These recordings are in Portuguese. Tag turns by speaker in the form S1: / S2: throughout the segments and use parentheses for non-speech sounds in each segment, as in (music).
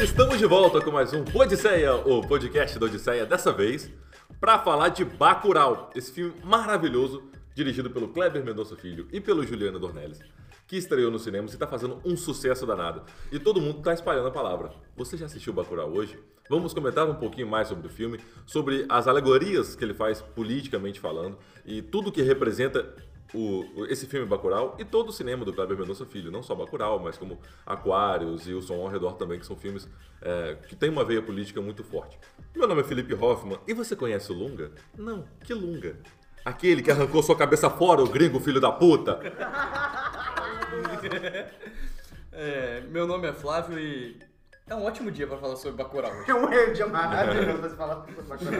S1: Estamos de volta com mais um Odisseia, o podcast da Odisseia, dessa vez para falar de Bacurau, esse filme maravilhoso dirigido pelo Kleber Mendonça Filho e pelo Juliano Dornelles, que estreou nos cinemas e está fazendo um sucesso danado. E todo mundo está espalhando a palavra. Você já assistiu Bacurau hoje? Vamos comentar um pouquinho mais sobre o filme, sobre as alegorias que ele faz politicamente falando e tudo que representa o, o- esse filme é Bacurau e todo o cinema do Kleber Mendonça Filho, não só Bacurau, mas como Aquários e O Som ao Redor também, que são filmes é, que têm uma veia política muito forte. Meu nome é Felipe Hoffman e você conhece o Lunga? Não, que Lunga? Aquele que arrancou sua cabeça fora, o gringo filho da puta!
S2: É, meu nome é Flávio e é um ótimo dia pra falar sobre Bacurau. hoje.
S3: É um erro de maravilhoso pra se falar sobre Bacurau.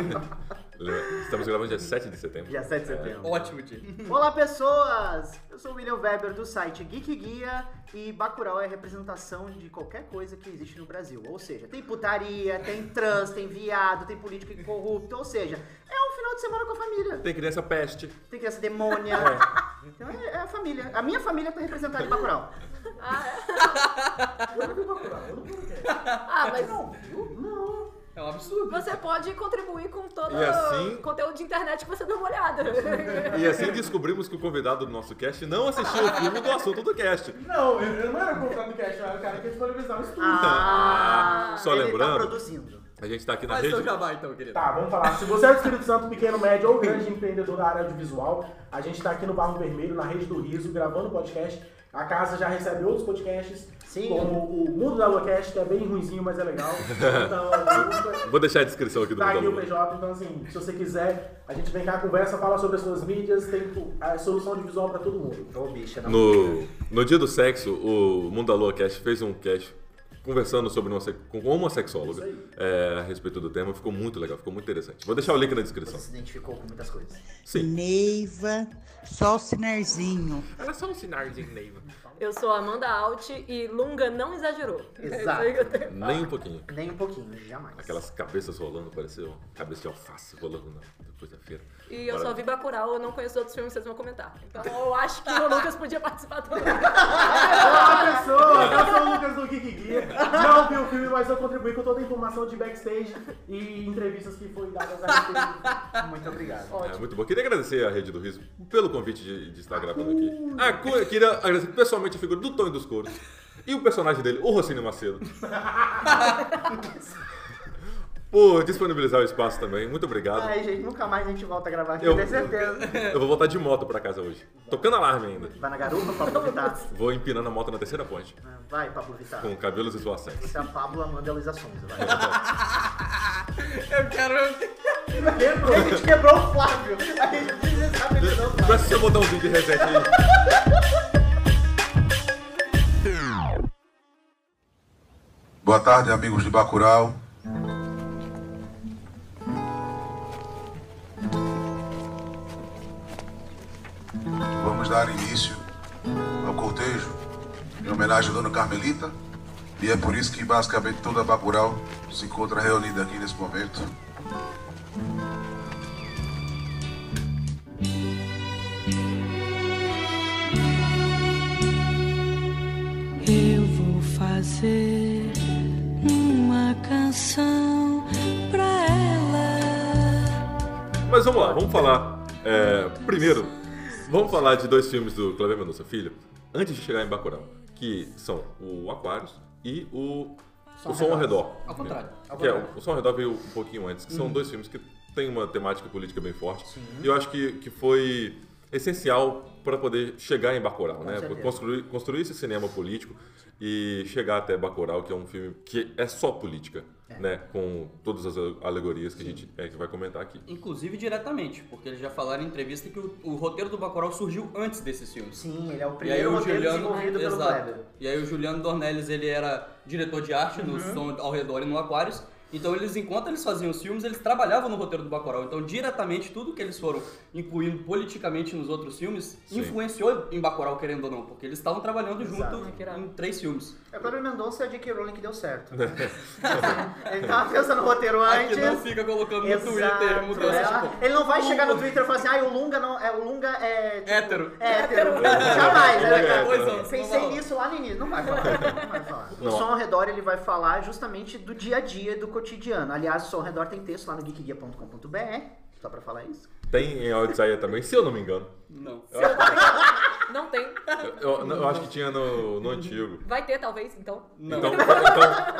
S1: Lembra? Estamos gravando dia 7 de setembro.
S3: tá. Dia 7 de setembro.
S2: Ótimo dia.
S3: Olá, pessoas! Eu sou o William Weber do site Geek Guia e Bacurau é a representação de qualquer coisa que existe no Brasil. Ou seja, tem putaria, tem trans, tem viado, tem político corrupto. Ou seja, é um final de semana com a família.
S1: Tem criança peste.
S3: Tem criança demônia. Então é, é a família. A minha família tá representada em Bacurau.
S4: Eu não vi Bacurau, eu não vi. Ah, mas
S3: Não.
S2: É um absurdo.
S4: você pode contribuir com todo
S1: E assim-
S4: o conteúdo de internet que você deu uma olhada.
S1: E assim descobrimos que o convidado do nosso cast não assistiu o filme do assunto do cast.
S5: Não, eu, eu não era comprando cash, eu era o cara que um disponibilizava o estúdio.
S3: Ah,
S1: Só
S3: ele
S1: lembrando-
S3: Tá produzindo.
S1: A gente tá aqui na
S2: Faz
S1: rede.
S2: seu jabá então, querido.
S5: Tá, vamos falar. Se você é do Espírito Santo, pequeno, médio ou grande empreendedor da área audiovisual, a gente tá aqui no Barro Vermelho, na Rede do Riso, gravando podcast. A casa já recebe outros podcasts,
S3: Sim.
S5: como o Mundo da Locast, que é bem ruimzinho, mas é legal. Então,
S1: Vou deixar a descrição aqui do
S5: tá
S1: meu
S5: aqui o
S1: download.
S5: PJ, então assim, se você quiser, a gente vem cá, conversa, fala sobre as suas mídias, tem a solução de visual pra todo mundo.
S3: Ô, bicha, não.
S1: No, no dia do sexo, o Mundo da Lua Cast fez um cast conversando sobre uma, se- com uma sexóloga é, a respeito do tema. Ficou muito legal, ficou muito interessante. Vou deixar o link na descrição.
S3: Você se identificou com muitas coisas.
S1: Sim.
S6: Neiva, só o sinarzinho.
S1: Era só um sinalzinho, Neiva.
S4: Eu sou Amanda Alt e Lunga não exagerou.
S3: Exato.
S4: É isso aí que eu tenho.
S1: Nem um pouquinho.
S3: Nem um pouquinho, jamais.
S1: Aquelas cabeças rolando, pareceu uma cabeça de alface rolando na, depois da feira.
S4: E eu
S1: Bora.
S4: só vi Bacurau, eu não conheço outros filmes que vocês vão comentar. Então eu acho que o Lucas podia participar também.
S5: Ah, Olá, pessoas! Tá Eu sou o Lucas do Geek Gear. Não vi o filme, mas eu contribuí com toda a informação de backstage e entrevistas que foram dadas a respeito.
S3: Muito obrigado.
S1: É, muito bom. Queria agradecer a Rede do Riso pelo convite de, de estar gravando aqui. Ah, cu- queria agradecer pessoalmente a figura do Tonho dos Coros e o personagem dele, o Rocinho Macedo. Por disponibilizar o espaço também. Muito obrigado.
S3: Ai, gente, nunca mais a gente volta a gravar aqui,
S1: Eu-
S3: eu tenho certeza.
S1: Eu vou voltar de moto pra casa hoje. Tocando alarme ainda.
S3: Vai na garupa, Pablo Vittar.
S1: Vou empinando a moto na terceira ponte,
S3: Vai, Pablo Vittar.
S1: com cabelos e suações.
S3: Você é a Pablo Amanda Luiza Sonza, vai.
S2: (laughs) Eu quero.
S3: Quebrou. A gente quebrou o Flávio. A gente desestabilizou o Flávio.
S1: Presta seu botãozinho um de reset aí.
S7: Boa tarde, amigos de Bacurau. Vamos dar início ao cortejo em homenagem à Dona Carmelita. E é por isso que basicamente toda Bacurau se encontra reunida aqui nesse momento.
S8: Eu vou fazer uma canção pra ela.
S1: Mas vamos lá, vamos falar. é, primeiro, vamos falar de dois filmes do Cleber Mendonça Filho, antes de chegar em Bacurau, que são o Aquários e o, o Som ao Redor.
S2: Ao contrário.
S1: Que é, o Som ao Redor veio um pouquinho antes, que são dois filmes que têm uma temática política bem forte. E eu acho que, que foi essencial para poder chegar em Bacurau, né?
S3: certeza.
S1: Construir, construir esse cinema político e chegar até Bacurau, que é um filme que é só política, né? Com todas as alegorias que a gente é, que vai comentar aqui.
S2: Inclusive diretamente, porque eles já falaram em entrevista que o, o roteiro do Bacurau surgiu antes desses filmes.
S3: Sim, ele é o
S2: E aí
S3: primeiro
S2: o
S3: modelo
S2: Juliano.
S3: desenvolvido pelo
S2: Exato.
S3: Kleber.
S1: Uhum.
S2: E aí o Juliano Dornelles, ele era diretor de arte no som ao redor e no Aquários. Então eles, enquanto eles faziam os filmes, eles trabalhavam no roteiro do Bacurau. Então diretamente tudo que eles foram incluindo politicamente nos outros filmes
S1: Sim.
S2: influenciou em Bacurau, querendo ou não, porque eles estavam trabalhando
S5: Exato.
S2: junto
S4: Ah, que irado.
S2: em três filmes.
S3: É o Kleber Mendonça e a J.K. Rowling que
S2: (laughs)
S3: deu certo. (laughs) ele tava pensando no roteiro antes.
S2: Aqui não fica colocando no
S3: Exato.
S2: Twitter mudança,
S3: Ela-
S2: tipo,
S3: Ele não vai chegar no Twitter e falar assim, ah, o Lunga não. É, o Lunga é. tipo,
S2: Hétero.
S3: É hétero. Jamais,
S1: Lunga é
S3: né?
S1: hétero.
S2: Pois é,
S3: Pensei
S2: não.
S3: nisso lá no início. Não vai falar. Não vai falar. O
S1: Não.
S3: som ao redor ele vai falar justamente do dia a dia, do cotidiano. Aliás, o som ao redor tem texto lá no geekguia.com.br. Só pra falar isso.
S1: Tem em Outsaia também, se eu não me engano.
S2: Não.
S4: Não tem.
S1: Eu- Eu, eu acho que tinha no, no antigo.
S4: Vai ter, talvez, então.
S2: Não.
S1: Então, então
S3: vai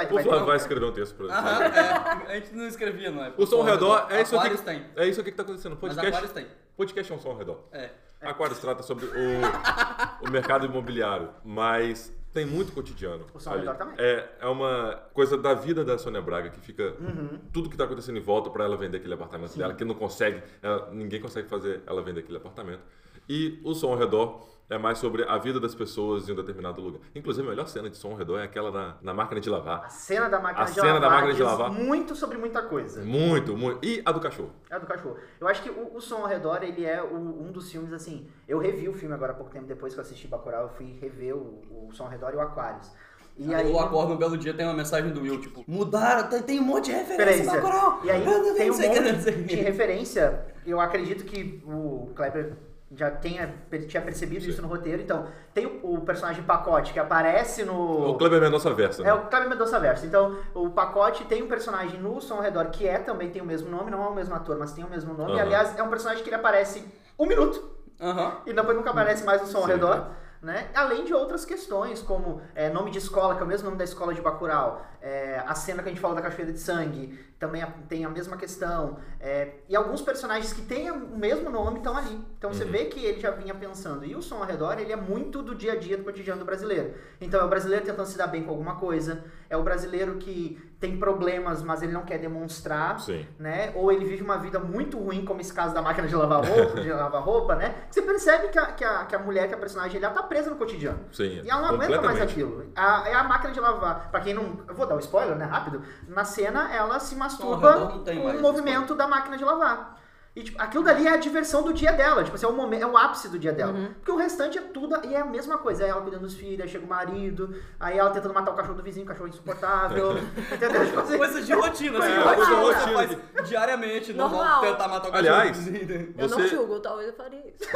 S1: o Flávio
S3: ter.
S1: vai escrever um texto pra você.
S2: Aham, é, a gente não escrevia, não é?
S1: O som ao redor é isso aqui.
S2: Aquários tem.
S1: É isso aqui que tá acontecendo.
S2: Mas
S1: Podcast,
S2: Aquários tem.
S1: podcast é um som ao redor.
S2: É.
S1: Aquários trata sobre o, o mercado imobiliário, mas tem muito cotidiano.
S3: O som ao
S1: ali.
S3: redor também.
S1: É, é uma coisa da vida da Sônia Braga que fica
S3: Uhum.
S1: tudo que tá acontecendo em volta pra ela vender aquele apartamento dela, que não consegue, ela- ninguém consegue fazer ela vender aquele apartamento. E o som ao redor é mais sobre a vida das pessoas em um determinado lugar. Inclusive, a melhor cena de som ao redor é aquela na, na máquina de
S3: A
S1: lavar.
S3: cena da máquina
S1: A
S3: de
S1: cena
S3: lavar.
S1: da máquina de
S3: diz
S1: lavar.
S3: Muito sobre muita coisa.
S1: Muito, muito. E a do cachorro.
S3: É a do cachorro. Eu acho que o, o Som ao Redor, ele é o- um dos filmes, assim... Eu revi o filme agora há pouco tempo, depois que eu assisti Bacurau, eu fui rever o, o Som ao Redor e o Aquarius. E aí...
S2: Eu acordo um belo dia, tem uma mensagem do Will, tipo, mudaram, tem, tem um monte de referência
S3: Referência.
S2: na coral.
S3: E aí tem um monte de
S2: referência.
S3: referência. Eu acredito que o Kleber já tenha, tinha percebido
S1: Sim.
S3: isso no roteiro. Então, tem o, o personagem Pacote, que aparece no...
S1: O Kleber Mendonça Versa. né?
S3: É o Cabe Mendonça Verso. Então, o pacote tem um personagem no Som ao Redor que é também tem o mesmo nome, não é o mesmo ator, mas tem o mesmo nome. E,
S1: Aham.
S3: aliás, é um personagem que ele aparece um minuto
S2: (laughs) Aham.
S3: e depois nunca aparece mais no Som ao
S1: Sim.
S3: Redor. Né? Além de outras questões, como é, nome de escola, que é o mesmo nome da escola de Bacurau, é, a cena que a gente fala da Cachoeira de Sangue, também a- tem a mesma questão, é, e alguns personagens que têm o mesmo nome estão ali. Então você vê que ele já vinha pensando. E o som ao redor, ele é muito do dia a dia, do cotidiano do brasileiro. Então é o brasileiro tentando se dar bem com alguma coisa, é o brasileiro que tem problemas, mas ele não quer demonstrar
S1: Sim.
S3: né? Ou ele vive uma vida muito ruim, como esse caso da máquina de lavar roupa, de lavar roupa né? Você percebe que a, que a, que a mulher, que a personagem, ela tá presa no cotidiano.
S1: Sim.
S3: E ela não aguenta mais
S1: completamente.
S3: aquilo. A, é a máquina de lavar. Pra quem não. Eu vou dar o spoiler, né? Rápido. Na cena, ela se
S2: Não,
S3: masturba
S2: não tem
S3: com
S2: mais
S3: o movimento da máquina de lavar. E tipo, aquilo dali é a diversão do dia dela. Tipo assim, é o, momento, é o ápice do dia dela.
S2: Uhum.
S3: Porque o restante é tudo. E é a mesma coisa. É ela cuidando dos filhos, aí chega o marido, aí ela tentando matar o cachorro do vizinho, o cachorro insuportável. entendeu? Tipo assim,
S2: Coisas de
S1: É,
S2: rotina, assim,
S1: coisa de
S2: coisa que
S1: rotina.
S2: você faz diariamente, normal,
S4: Normal.
S2: tentar matar o cachorro. né?
S1: Aliás,
S4: Eu não
S1: Você,
S4: julgo, talvez eu faria isso.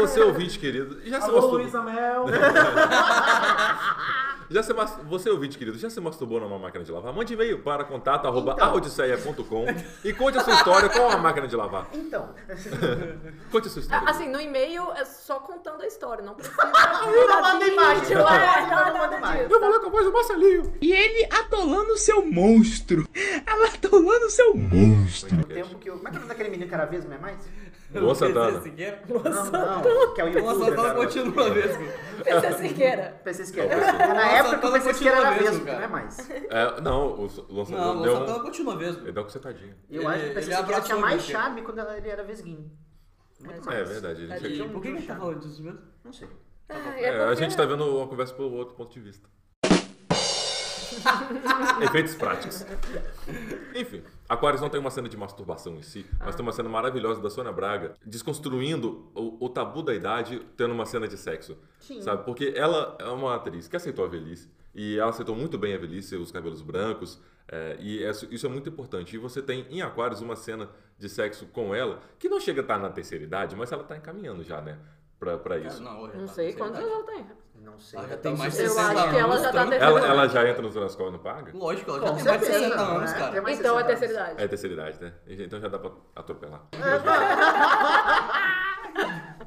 S1: você ouvinte, querido, já se
S5: Alô,
S1: masturbou.
S5: Luísa Mel.
S1: Já se mas- Você ouvinte, querido, já se masturbou numa máquina de lavar? Mande e-mail para contato arroba
S3: Então.
S1: aodisseia.com e conte a sua história com a máquina de lavar.
S3: então.
S1: Conte a sua história.
S4: Assim, no e-mail é só contando a história, não precisa. (laughs)
S3: Eu não mando imagem,
S4: vídeo,
S3: eu não
S4: é,
S3: mando, eu não mando imagem.
S4: disso.
S1: eu vou lá com a voz do Marcelinho.
S9: E ele atolando seu monstro. Ela atolando seu monstro.
S3: tempo que eu. Como é que é o nome daquele menino que era vesgo, não é mais?
S1: (laughs) Boa Santana.
S2: assim,
S3: Não, não. Que é o
S2: Nossa,
S3: youtuber.
S2: Santana
S3: cara.
S2: continua mesmo.
S4: PC Siqueira.
S3: PC Esquerda.
S1: É, o PC.
S3: Na
S2: Nossa,
S3: época que o
S2: Santana
S3: PC Esquerda era
S2: continua mesmo,
S3: vesgo,
S2: cara.
S3: não é mais.
S1: É, não, o S- Luan
S2: Não,
S1: Santana
S2: o
S1: deu
S2: Santana
S1: um...
S2: continua mesmo.
S1: Ele deu um cocetadinho.
S3: Eu
S2: Ele-
S3: acho que o PC
S2: ele
S3: Esquerda tinha
S2: abraçou
S3: mais
S2: muito.
S3: charme quando ele era vesguinho. Muito
S1: É
S3: mais.
S1: verdade. A gente,
S4: Tadinho.
S2: Por que que ele tá falando disso mesmo?
S3: Não sei.
S4: Ai,
S1: é, a
S4: porque-
S1: gente tá vendo uma conversa pelo outro ponto de vista. Efeitos práticos. Enfim, Aquarius não tem uma cena de masturbação em si, mas tem uma cena maravilhosa da Sônia Braga desconstruindo o, o tabu da idade, tendo uma cena de sexo.
S3: Sim.
S1: Sabe? Porque ela é uma atriz que aceitou a velhice e ela aceitou muito bem a velhice, os cabelos brancos, é, e isso, isso é muito importante. E você tem em Aquários uma cena de sexo com ela, que não chega a estar na terceira idade, mas ela está encaminhando já, né? Pra, pra isso.
S2: Não, hoje
S4: Não
S2: tá,
S4: sei
S2: sei
S4: quantos
S2: lá.
S4: anos ela tem.
S3: Não sei.
S2: Ela já
S3: Eu
S2: tem mais de
S4: Eu
S2: 60
S4: acho que ela
S2: anos,
S4: já tá
S2: tranquilo.
S4: devendo.
S1: Ela, ela já entra no Transcol e não paga?
S2: Lógico, ela já
S3: Com
S2: tem mais de
S3: certeza,
S2: 60
S3: né?
S2: anos,
S3: Tem
S2: cara.
S3: mais de
S4: Então é
S3: 60
S4: terceira
S3: anos.
S4: idade.
S1: É terceira idade, né? Então já dá pra atropelar.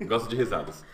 S1: Gosto de risadas.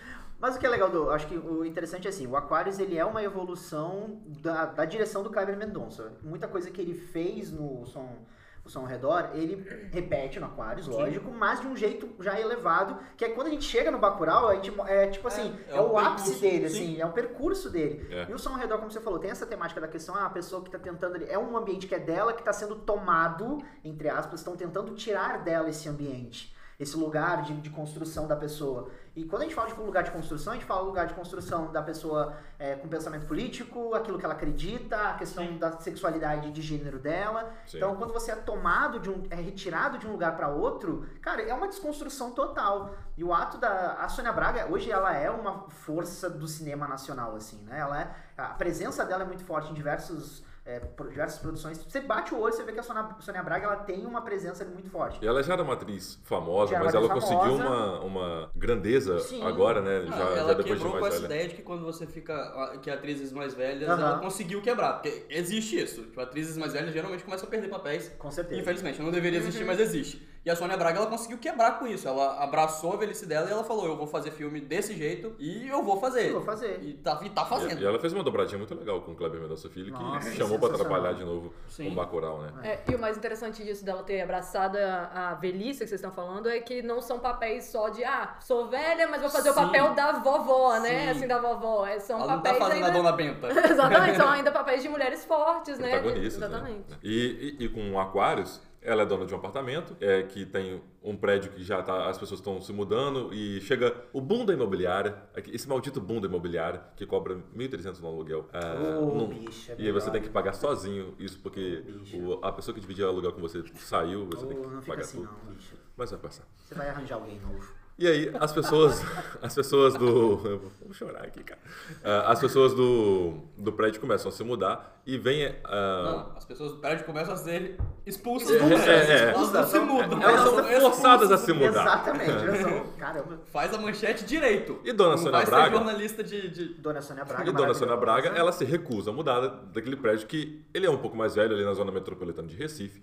S3: Mas o que é legal, do, acho que o interessante é assim, o Aquarius ele é uma evolução da, da direção do Kleber Mendonça. Muita coisa que ele fez no som, o som ao redor, ele repete no Aquarius, lógico, mas de um jeito já elevado, que é quando a gente chega no Bacurau, a gente, mo- é tipo assim, é,
S2: é
S3: o
S2: um
S3: ápice
S2: percurso,
S3: dele,
S2: sim.
S3: assim, é o percurso dele.
S1: É.
S3: E o som ao redor, como você falou, tem essa temática da questão, ah, a pessoa que tá tentando, ali- é um ambiente que é dela, que tá sendo tomado, entre aspas, estão tentando tirar dela esse ambiente. esse lugar de, de construção da pessoa. E quando a gente fala de um lugar de construção, a gente fala um lugar de construção da pessoa é, com pensamento político, aquilo que ela acredita, a questão da sexualidade de gênero dela.
S1: Sim.
S3: Então, quando você é tomado de um, é retirado de um lugar para outro, cara, é uma desconstrução total. E o ato da a Sônia Braga, hoje ela é uma força do cinema nacional assim, né? Ela é, a presença dela é muito forte em diversos é, pro- diversas produções. Você bate o olho, você vê que a Sônia, Sônia Braga ela tem uma presença muito forte.
S1: E ela já era uma atriz famosa,
S3: Já era
S1: mas
S3: uma
S1: ela
S3: atriz
S1: conseguiu uma,
S3: famosa.
S1: uma grandeza
S4: Sim.
S1: agora, né?
S2: Ah,
S1: Já,
S2: ela
S1: já depois de
S2: quebrou
S1: mais
S2: com
S1: velha.
S2: essa ideia de que quando você fica. que atrizes mais velhas,
S3: Aham.
S2: ela conseguiu quebrar. Porque existe isso. Tipo, atrizes mais velhas geralmente começam a perder papéis.
S3: Com certeza.
S2: Infelizmente, não deveria existir, mas existe. E a Sônia Braga, ela conseguiu quebrar com isso. Ela abraçou a velhice dela e ela falou: eu vou fazer filme desse jeito e eu vou fazer.
S3: Eu vou fazer.
S2: E tá, e tá fazendo.
S1: E ela fez uma dobradinha muito legal com o Kleber Mendonça Filho, que
S3: É. Nossa,
S1: chamou pra
S3: sensacional.
S1: trabalhar de novo
S2: Sim.
S1: com o Bacurau, né?
S4: É, e o mais interessante disso dela ter abraçado a, a velhice que vocês estão falando é que não são papéis só de ah, sou velha, mas vou fazer
S2: Sim.
S4: o papel da vovó, né?
S2: Sim.
S4: Assim, da vovó. É, são
S2: Ela não tá
S4: papéis
S2: fazendo a
S4: ainda-
S2: Dona Benta.
S4: (laughs) Exatamente, são ainda papéis de mulheres fortes, né?
S1: Protagonistas,
S4: Exatamente.
S1: né? E, e, e com o Aquarius, ela é dona de um apartamento, é, que tem um prédio que já tá, as pessoas estão se mudando e chega o boom da imobiliária, aqui- esse maldito boom da imobiliária, que cobra 1.300 no aluguel. ah,
S3: Ô,
S1: num-
S3: bicho, é
S1: e aí você
S3: melhor.
S1: tem que pagar sozinho isso, porque o- a pessoa que dividia o aluguel com você saiu, você tem
S3: Ou
S1: que
S3: não fica
S1: pagar
S3: assim
S1: tudo.
S3: não, bicho.
S1: Mas vai passar.
S3: Você vai arranjar alguém novo.
S1: E aí, as pessoas, (laughs) as pessoas do. Vou chorar aqui, cara. Ah, as pessoas do, do prédio começam a se mudar e vem. ah,
S2: Não, as pessoas do prédio começam a ser expulsas
S1: É,
S2: do prédio.
S1: é, é.
S2: Elas não se mudam.
S1: elas são forçadas a se mudar.
S3: Exatamente. olha
S1: (laughs)
S3: só. Caramba.
S2: Faz a manchete direito.
S1: E Dona
S2: Não
S1: Sônia
S2: vai ser
S1: Braga?
S2: jornalista de- de,
S3: Dona Sônia Braga.
S1: E Dona
S3: maravilhosa.
S1: Sônia Braga, ela se recusa a mudar daquele prédio que ele é um pouco mais velho ali na zona metropolitana de Recife,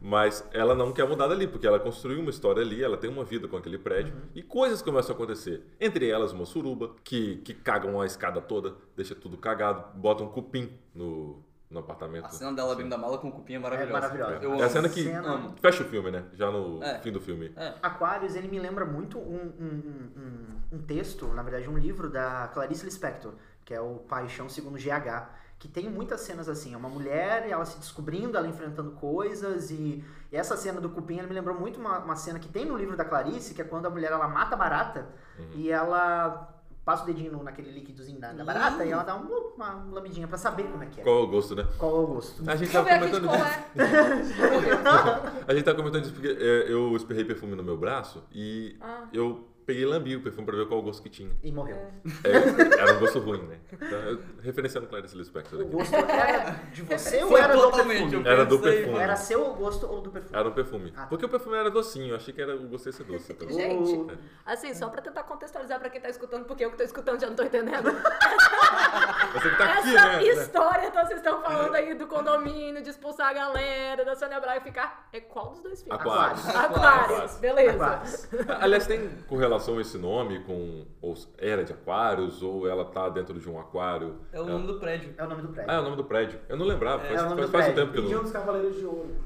S1: mas ela não quer mudar dali, porque ela construiu uma história ali, ela tem uma vida com aquele prédio e coisas começam a acontecer. Entre elas, uma suruba que, que cagam a escada toda, deixa tudo cagado, botam cupim no, no apartamento.
S2: A cena dela abrindo a mala com o cupim é maravilhosa.
S3: É maravilhosa.
S2: Eu
S1: Tipo, É a
S2: amo.
S1: cena que
S3: Cena-
S2: amo.
S1: fecha o filme, né? Já no
S2: É.
S1: fim do filme.
S3: Aquários, ele me lembra muito um, um- um- um- um texto, na verdade, um livro da Clarice Lispector, que é o Paixão Segundo GH, que tem muitas cenas assim. É uma mulher, ela se descobrindo, ela enfrentando coisas, e, e essa cena do cupim, ela me lembrou muito uma, uma cena que tem no livro da Clarice, que é quando a mulher, ela mata a barata,
S1: Uhum.
S3: e ela passa o dedinho no- naquele líquidozinho da, da barata, e ela dá uma, uma lambidinha pra saber como é que é.
S1: Qual é o gosto, né?
S3: Qual é o gosto.
S1: A gente
S4: Deixa
S1: tava
S4: eu ver aqui de
S1: comentando
S4: qual
S1: isso.
S4: é.
S1: A gente tava comentando isso porque é, eu espirrei perfume no meu braço e
S4: Ah.
S1: eu peguei e lambi o perfume pra ver qual o gosto que tinha.
S3: E morreu.
S1: É, era um gosto ruim, né? Então, eu- referenciando Clarice Lispector
S3: O
S1: aqui.
S3: gosto era de você ou
S2: Foi
S3: era do
S2: É. totalmente
S3: perfume?
S2: o
S1: Era do
S2: pensei,
S1: perfume.
S3: Era seu gosto ou do perfume?
S1: Era um perfume.
S3: Ah, tá.
S1: Porque o perfume era docinho, eu achei que era, eu gostei desse doce. Então.
S4: Gente,
S3: O-
S4: assim, só pra tentar contextualizar pra quem tá escutando, porque eu que tô escutando já não tô entendendo.
S1: Você que tá aqui,
S4: Essa
S1: né?
S4: história, então vocês estão falando aí do condomínio, de expulsar a galera, da Sônia Braga ficar. É qual dos dois filhos?
S1: Aquários.
S4: Aquários, beleza.
S3: Aquários.
S1: Aliás, tem correlação esse nome com. Ou era de aquários, ou ela tá dentro de um aquário.
S2: É o nome do prédio.
S3: É o nome do prédio.
S1: Ah, é o nome do prédio. Eu não lembrava, faz,
S3: é o nome
S1: faz-
S3: do
S1: faz um
S3: prédio.
S1: tempo que eu
S5: Pediu
S1: não.
S5: dos Cavaleiros de Ouro.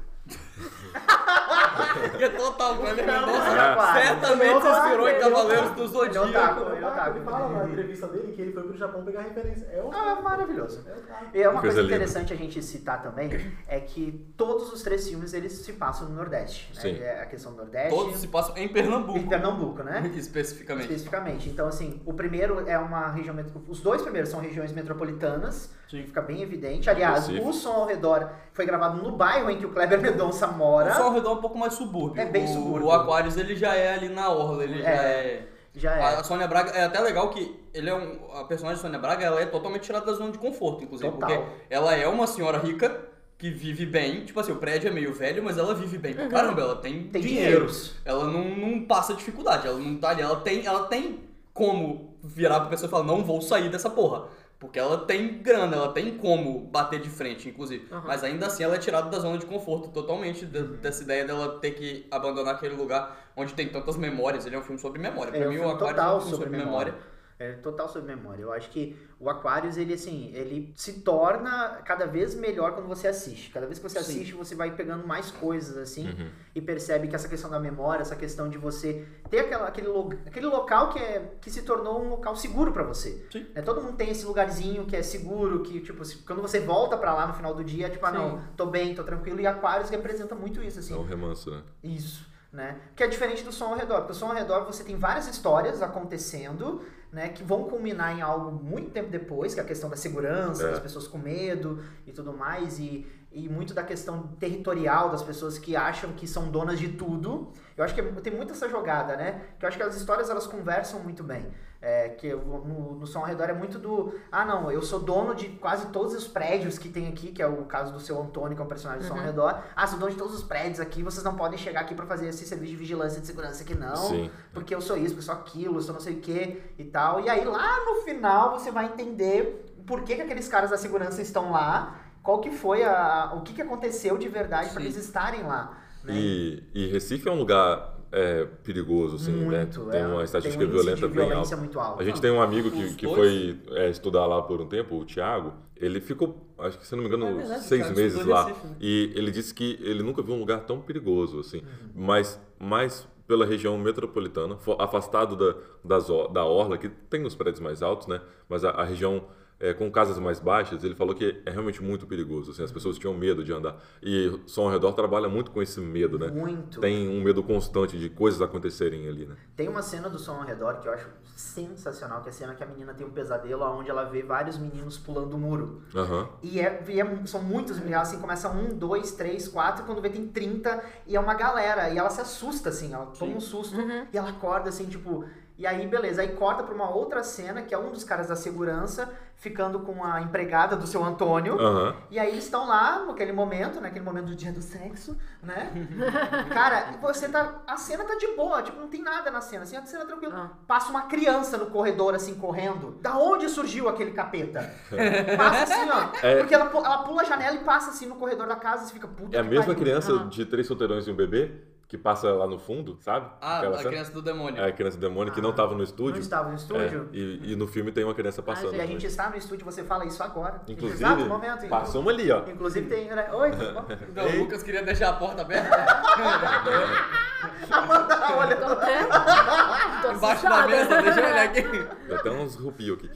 S2: Porque é total, velho.
S3: Não,
S2: Mendonça
S1: Ah.
S3: Aquários.
S2: certamente se inspirou em
S3: Ele é
S2: Cavaleiros
S3: otaku.
S2: do
S3: Ele é otaku,
S2: Zodíaco.
S3: ele é
S5: Ah,
S3: otaku.
S5: ele fala na entrevista dele que ele foi pro Japão pegar referência. É o
S3: Ah, maravilhoso. E é uma
S1: Coisa
S3: coisa
S1: linda.
S3: interessante a gente citar também é que todos os três filmes eles se passam no Nordeste. né?
S1: Sim.
S3: É A questão do Nordeste.
S2: Todos se passam em
S3: Em
S2: Pernambuco,
S3: Pernambuco, né?
S2: especificamente.
S3: Especificamente. Então, assim, o primeiro é uma região. met- Os dois primeiros são regiões metropolitanas, que fica bem evidente. Aliás,
S1: Recife.
S3: o som ao redor foi gravado no bairro em que o Kleber Mendonça mora.
S2: O São Redor é um pouco mais subúrbio.
S3: É bem
S2: O-
S3: subúrbio.
S2: O Aquarius, ele já é ali na orla, ele já é...
S3: Já é.
S2: A Sônia Braga, é até legal que ele é um, a personagem da Sônia Braga, ela é totalmente tirada da zona de conforto, inclusive,
S3: Total.
S2: porque ela é uma senhora rica que vive bem, tipo assim, o prédio é meio velho, mas ela vive bem. pra Caramba, ela tem,
S3: Tem
S2: dinheiro.
S3: dinheiros.
S2: Ela não, não passa dificuldade, ela não tá ali, ela tem, ela tem como virar pra pessoa e falar, não vou sair dessa porra. Porque ela tem grana, ela tem como bater de frente, inclusive. Mas ainda assim ela é tirada da zona de conforto totalmente, de- dessa ideia dela ter que abandonar aquele lugar onde tem tantas memórias. Ele é um filme sobre memória. Pra
S3: É um
S2: mim, o
S3: filme
S2: Aquarius é um
S3: total
S2: filme
S3: sobre memória. É total sobre memória. Eu acho que o Aquarius, ele assim, ele se torna cada vez melhor quando você assiste. Cada vez que você
S2: Sim. Uhum.
S3: assiste, você vai pegando mais coisas, assim, e percebe que essa questão da memória, essa questão de você ter aquela- aquele, lo- aquele local que, é, que se tornou um local seguro pra você.
S2: Sim.
S3: Né? Todo mundo tem esse lugarzinho que é seguro, que, tipo, se- quando você volta pra lá no final do dia, tipo, ah,
S2: Sim.
S3: não, tô bem, tô tranquilo. E Aquarius representa muito isso, assim.
S1: É um remanso, né?
S3: Isso. né? Que é diferente do som ao redor, porque o som ao redor você tem várias histórias acontecendo, né, que vão culminar em algo muito tempo depois, que é a questão da segurança,
S1: É.
S3: das pessoas com medo e tudo mais, e, e muito da questão territorial das pessoas que acham que são donas de tudo. Eu acho que é- tem muito essa jogada, né? Que eu acho que as histórias elas conversam muito bem. É, que eu- no, no som ao redor é muito do. Ah, não, eu sou dono de quase todos os prédios que tem aqui, que é o caso do seu Antônio, que é um personagem do som ao redor. Ah, sou dono de todos os prédios aqui, vocês não podem chegar aqui pra fazer esse serviço de vigilância e de segurança aqui, não
S1: Sim.
S3: porque eu sou isso, porque eu sou aquilo, eu sou não sei o que e tal. E aí lá no final você vai entender por que, que aqueles caras da segurança estão lá, qual que foi a. o que, que aconteceu de verdade para
S2: Sim.
S3: eles estarem lá. Né?
S1: E, e Recife é um lugar é, perigoso, assim,
S3: muito,
S1: né? Tem
S3: é,
S1: uma estatística
S3: tem um índice
S1: violenta
S3: de
S1: bem
S3: violência
S1: alta.
S3: muito alto.
S1: A gente tem um amigo que,
S2: Os
S1: que
S2: dois?
S1: foi é, estudar lá por um tempo, o Thiago. Ele ficou, acho que se não me engano,
S2: É verdade, o
S1: seis
S2: Thiago
S1: meses
S2: estudou em
S1: lá.
S2: Recife, né? Uhum.
S1: E ele disse que ele nunca viu um lugar tão perigoso, assim. Mas, mas pela região metropolitana, fo- afastado da, das or- da orla, que tem os prédios mais altos, né? Mas a, a região é, com casas mais baixas, ele falou que é realmente muito perigoso, assim. As
S2: Uhum.
S1: pessoas tinham medo de andar. E o som ao redor trabalha muito com esse medo, né?
S3: Muito.
S1: Tem um medo constante de coisas acontecerem ali, né?
S3: Tem uma cena do som ao redor que eu acho sensacional, que é a cena que a menina tem um pesadelo onde ela vê vários meninos pulando o muro.
S1: Aham.
S3: E, é, e é- são muitos milhares, assim, começa um, dois, três, quatro, quando vê tem 30, e é uma galera, e ela se assusta, assim, ela toma um susto,
S4: Uhum.
S3: e ela acorda, assim, tipo... E aí, beleza, aí corta pra uma outra cena, que é um dos caras da segurança, ficando com a empregada do seu Antônio,
S1: Aham.
S3: e aí eles estão lá naquele momento, naquele momento do dia do sexo,
S1: (laughs)
S3: né? Cara, e você tá. A cena tá de boa, tipo, não tem nada na cena, assim, a cena é tranquila.
S4: Ah.
S3: Passa uma criança no corredor, assim, correndo. Da onde surgiu aquele capeta? passa assim, ó.
S1: (laughs) É.
S3: Porque ela, pu- ela pula a janela e passa assim no corredor da casa e você fica puta.
S1: É a
S3: que
S1: mesma
S3: pariu.
S1: criança
S4: Ah.
S1: de três solteirões e um bebê que passa lá no fundo, sabe?
S2: Ah,
S1: Aquela
S2: a
S1: cena.
S2: criança do demônio.
S1: É a criança demônio que não tava no
S3: Não
S1: estúdio.
S3: estava Ah, no estúdio.
S1: É, e, e no filme tem uma criança passando.
S3: E a
S1: né?
S3: gente está no estúdio, você fala isso agora.
S1: Inclusive,
S3: Exato um momento.
S1: passamos ali, ó.
S3: Inclusive tem, né? Oi, tudo bom?
S2: Não, o Lucas queria deixar a porta aberta né?
S3: Amanda, olha.
S4: Tô até. Tô
S2: embaixo da
S4: assustada.
S2: mesa, deixa eu olhar aqui.
S1: Tem até uns rupios aqui.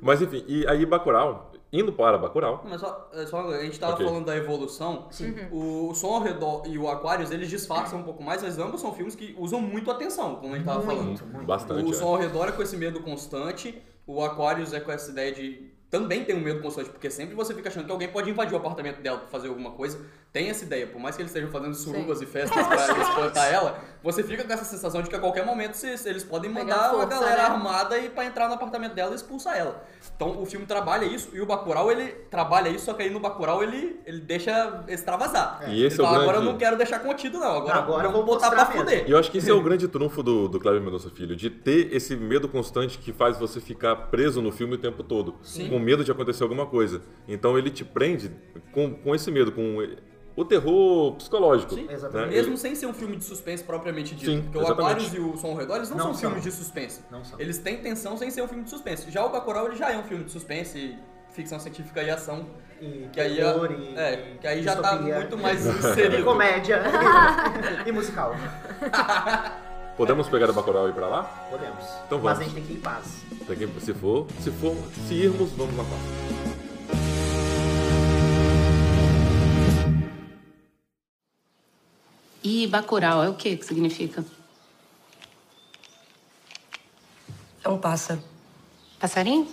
S1: Mas enfim, e aí Bacurau, indo para Bacurau,
S2: Mas só, é, só a gente tava
S1: Ok.
S2: falando da evolução. O, o Som ao Redor e o Aquarius, eles disfarçam um pouco mais, mas ambos são filmes que usam muito a atenção, como a gente tava falando.
S1: bastante.
S2: O
S1: né?
S2: Sol ao Redor é com esse medo constante, o Aquarius é com essa ideia de. Também tem um medo constante, porque sempre você fica achando que alguém pode invadir o apartamento dela pra fazer alguma coisa. Tem essa ideia, por mais que eles estejam fazendo surubas e festas
S4: (laughs)
S2: pra espantar ela, você fica com essa sensação de que a qualquer momento se- se eles podem
S4: Pegar
S2: mandar uma
S4: força,
S2: galera
S4: né?
S2: armada e pra entrar no apartamento dela e expulsar ela. Então o filme trabalha isso, e o Bacurau ele trabalha isso, só que aí no Bacurau ele, ele deixa extravasar.
S1: E esse
S2: ele
S1: é o
S2: fala, agora eu
S1: grande-
S2: não quero deixar contido não, agora,
S3: Agora
S2: eu
S3: eu vou
S2: vou botar pra
S3: mostrar mesmo."
S2: fuder.
S1: E eu acho que esse é o grande trunfo do, do Cleber Mendonça Filho, de ter esse medo constante que faz você ficar preso no filme o tempo todo,
S2: Sim.
S1: com medo de acontecer alguma coisa. Então ele te prende com, com esse medo, com o terror psicológico. né?
S2: Sim.
S3: Exatamente.
S1: Ele-
S2: Mesmo sem ser um filme de suspense propriamente dito.
S1: Sim,
S2: porque o
S1: exatamente.
S2: Aquarius e o Som ao Redor eles não,
S3: Não
S2: são,
S3: são.
S2: filmes de suspense.
S3: Não são.
S2: Eles têm tensão sem ser um filme de suspense. Já o Bacurau ele já é um filme de suspense, ficção científica e ação.
S3: E
S2: Que aí,
S3: terror
S2: é-
S3: e-
S2: é, que aí já tá
S3: distopia.
S2: muito mais
S3: E (laughs)
S2: inserido.
S3: comédia. e musical.
S1: Podemos pegar o Bacurau e ir pra lá?
S3: Podemos.
S1: Então vamos.
S3: Mas a gente tem que ir em paz.
S1: Pra quem- Se for, se for, se irmos, vamos na paz.
S10: E Bacurau é o que que significa?
S8: É um pássaro.
S10: Passarinho?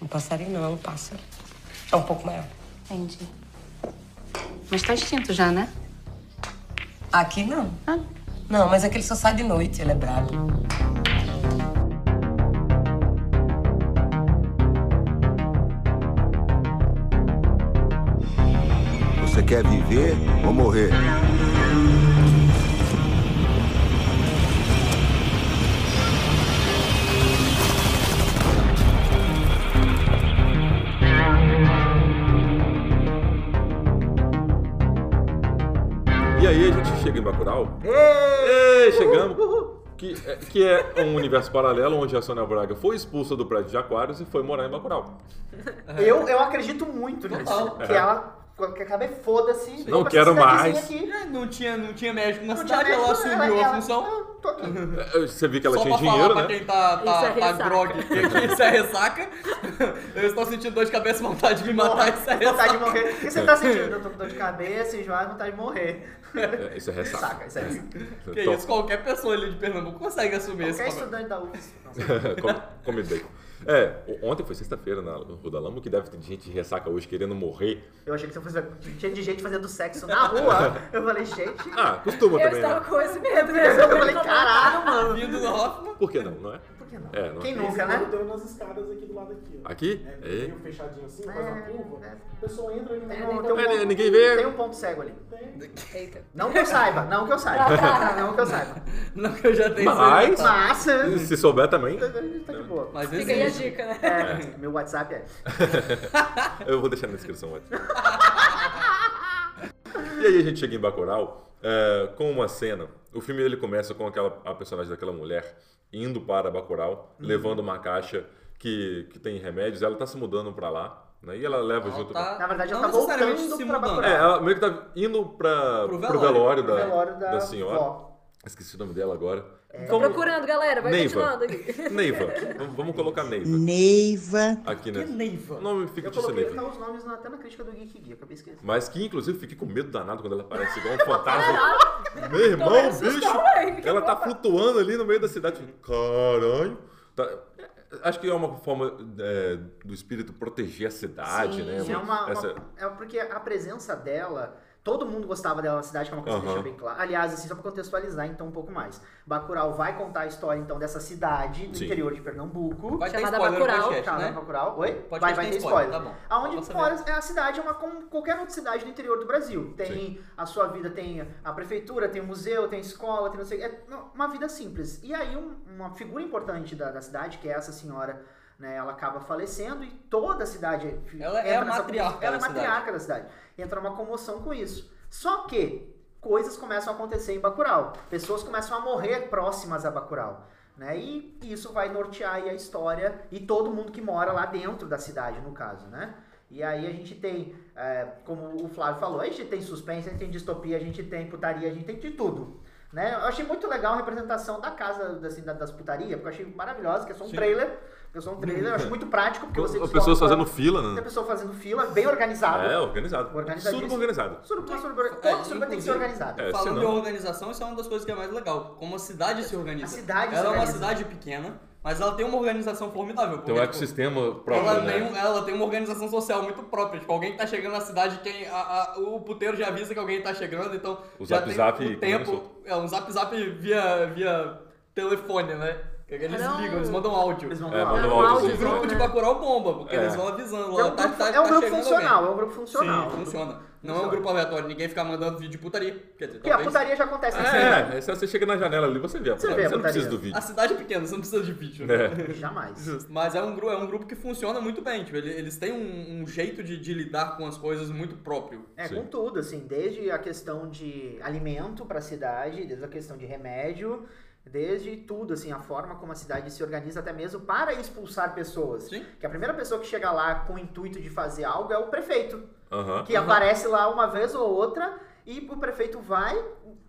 S8: Um passarinho não, é um pássaro. É um pouco maior.
S10: Entendi. Mas tá extinto já, né?
S8: Aqui não.
S10: Ah.
S8: Não, mas é que ele só sai de noite, ele é bravo.
S11: Você quer viver ou morrer?
S1: E aí a gente chega em Bacurau. Ê, chegamos. Que, é- que é um universo paralelo onde a Sônia Braga foi expulsa do prédio de Aquários e foi morar em Bacurau.
S3: Eu, eu acredito muito nisso.
S2: É. Total.
S3: Que ela quando que acaba é foda-se. vem
S1: Não
S3: pra
S1: quero
S3: essa cidadezinha
S1: mais.
S3: aqui.
S2: É, Não tinha, não tinha médico na
S3: Não tinha
S2: cidade, ela
S3: médico,
S2: assumiu
S3: ela-
S2: a
S3: ela- Ah,
S2: função. (laughs)
S1: É, Você viu que ela
S2: Só
S1: tinha
S2: pra
S1: dinheiro,
S2: falar
S1: né?
S2: pra quem tá, tá,
S4: Isso é
S2: tá
S4: ressaca.
S2: grog, que que (laughs) isso é ressaca. Eu estou sentindo dor de cabeça, vontade de me matar, isso é
S3: Vontade de
S2: ressaca.
S3: morrer. O que você tá sentindo? Eu tô com dor de cabeça, enjoado, vontade de morrer.
S1: É, isso é ressaca.
S3: Saca, isso é ressaca.
S2: Que
S1: Então,
S2: isso, qualquer pessoa ali de Pernambuco consegue assumir
S3: Qualquer
S2: esse papel.
S3: estudante da UFS. Não,
S1: come, come bacon. É, o- ontem foi sexta-feira na Rodalamo, que deve ter gente de ressaca hoje querendo morrer.
S3: Eu achei que você fosse cheio de gente fazendo sexo na rua. Eu falei, gente.
S1: Ah, costuma
S4: Eu
S1: também,
S4: estava
S1: né?
S4: com esse medo mesmo.
S3: Eu falei, caralho, mano.
S2: Vindo do Hoffman.
S1: Por que não, não é? Por
S3: que não?
S1: É, não é?
S3: Quem nunca, né?
S5: Tem umas escadas aqui do lado aqui, ó.
S1: Aqui?
S5: É,
S1: É.
S5: meio fechadinho assim, faz uma curva. A pessoa entra ali
S3: Tem
S5: na
S3: um,
S5: rua.
S3: tem um
S1: É,
S3: ponto-
S1: ninguém vê.
S3: Tem um ponto cego ali.
S4: Eita.
S3: Não que eu saiba, não que eu saiba. não que eu saiba.
S2: Não que eu já tenho
S1: Mas-
S2: certeza.
S3: Mas, eh,
S1: Se souber também,
S3: tá de boa.
S2: Mas
S4: Fica aí a
S2: existe.
S4: dica, né?
S3: É, meu WhatsApp é.
S1: eu vou deixar na descrição antes. e aí a gente chega em Bacurau é, com uma cena. O filme ele começa com aquela, a personagem daquela mulher indo para Bacurau, levando uma caixa que, que tem remédios. Ela tá se mudando para lá, né? E ela leva
S2: Ela
S1: junto.
S2: tá-
S3: Na verdade, ela
S2: não
S3: tá
S2: necessariamente
S3: voltando
S2: se
S3: pra
S2: mudando.
S1: É, ela meio que tá indo pra,
S2: Pro
S1: pro velório,
S2: velório.
S3: Pro
S1: da,
S3: velório da
S1: senhora.
S3: vó. É.
S1: Esqueci o nome dela agora.
S4: Tô procurando, galera. Vai
S1: Neiva.
S4: continuando aí.
S1: Neiva. Vamos- Vamos colocar Neiva.
S6: Neiva,
S1: Aqui,
S2: Que
S1: né?
S2: Neiva.
S1: Nome
S3: Eu
S1: fictício
S3: coloquei
S1: Neiva.
S3: tá, os nomes na- até na crítica do Geek Geek, acabei esquecendo.
S1: Mas que inclusive fiquei com medo danado quando ela aparece igual um
S3: (laughs)
S1: fantasma. Meu irmão,
S4: vendo
S1: bicho!
S4: também, que
S1: Ela tá
S4: bom.
S1: flutuando ali no meio da cidade. Caralho! Tá- Acho que é uma forma é, do espírito proteger a cidade, né?
S3: É uma, uma-
S1: Essa-
S3: é porque a presença dela. Todo mundo gostava dela na cidade, que é uma coisa que
S1: Aham.
S3: deixa bem claro. Aliás, assim, só pra contextualizar então um pouco mais. Bacurau vai contar a história então dessa cidade do
S1: Sim.
S3: interior de Pernambuco.
S2: Vai ter
S4: Chamada
S2: spoiler no
S4: Bacurau,
S2: podcast,
S3: Tá,
S2: né?
S3: vai Bacurau. Oi?
S2: Pode
S3: vai,
S2: ter
S3: vai ter
S2: spoiler,
S3: spoiler.
S2: tá bom.
S3: Aonde
S2: Só pra
S3: fora é a cidade é uma como qualquer outra cidade do interior do Brasil. Tem a sua vida, tem a prefeitura, tem o museu, tem escola, tem não sei. É uma vida simples. E aí um- uma figura importante da, da cidade, que é essa senhora, né? Ela acaba falecendo e toda a cidade.
S2: Ela é
S3: entra
S2: a
S3: nessa-
S2: matriarca
S3: Ela é a
S2: da cidade.
S3: matriarca da cidade. Entra uma comoção com isso. Só que coisas começam a acontecer em Bacurau. Pessoas começam a morrer próximas a Bacurau. Né? E isso vai nortear aí a história e todo mundo que mora lá dentro da cidade, no caso, né? E aí a gente tem, é, como o Flávio falou, a gente tem suspense, a gente tem distopia, a gente tem putaria, a gente tem de tudo. Né? Eu achei muito legal a representação da casa assim, da- das putarias, porque eu achei maravilhosa, que é só um
S2: Sim. Uhum.
S3: trailer. Que é só um trailer, eu acho muito prático, porque você
S1: As
S3: descobre
S1: pessoas fazendo
S3: qual-
S1: fila,
S3: Tem
S1: né?
S3: pessoa fazendo fila, bem organizado.
S1: É, organizado.
S3: Organizadíssimo.
S1: Tudo organizado.
S3: Suruba, suruba,
S2: É,
S3: todo suruba tem que
S2: inclusive,
S3: ser organizado.
S1: É,
S2: Falando
S1: senão-
S2: de organização, isso é uma das coisas que é mais legal. Como a cidade se organiza.
S3: A cidade se
S2: ela é uma
S3: organiza.
S2: cidade pequena, mas ela tem uma organização formidável.
S1: Tem um
S2: porque, tipo,
S1: ecossistema
S2: ela,
S1: próprio,
S2: tem,
S1: né?
S2: um- ela tem uma organização social muito própria. Tipo, alguém que tá chegando na cidade, quem, a- a- o puteiro já avisa que alguém tá chegando, então
S1: O
S2: já
S1: zap
S2: tem
S1: zap
S2: um tempo.
S1: começou.
S2: É, um zap zap via, via telefone, né? Que Eles
S4: Era um-
S2: ligam, eles mandam áudio.
S3: Eles vão
S1: É,
S3: lá.
S1: manda um
S4: Não,
S1: áudio.
S2: O grupo de Bacurau bomba, porque
S1: É.
S2: eles vão avisando
S3: É
S2: lá.
S3: um
S2: tá-
S3: grupo,
S2: tá-
S3: é um
S2: tá
S3: grupo
S2: chegando
S3: funcional,
S2: alguém.
S3: é um grupo funcional.
S2: Sim, funciona. Não é um grupo aleatório, ninguém fica mandando vídeo de putaria. Quer dizer,
S3: Porque é a
S2: talvez.
S3: putaria já acontece assim, na cidade.
S1: É, é, se você chega na janela ali, você vê a
S3: Você
S1: putaria.
S3: vê a
S1: Você não precisa do
S3: putaria.
S1: vídeo.
S2: A cidade é pequena, você não precisa de vídeo, né?
S1: É.
S3: Jamais.
S2: (laughs) Mas é um, gru- é um grupo que funciona muito bem, tipo, ele- eles têm um, um jeito de, de lidar com as coisas muito próprio.
S3: É,
S1: Sim.
S3: com tudo, assim, desde a questão de alimento para a cidade, desde a questão de remédio, desde tudo, assim, a forma como a cidade se organiza até mesmo para expulsar pessoas.
S2: Sim.
S3: Que a primeira pessoa que chega lá com o intuito de fazer algo é o prefeito,
S1: Aham.
S3: que aparece lá uma vez ou outra e o prefeito vai,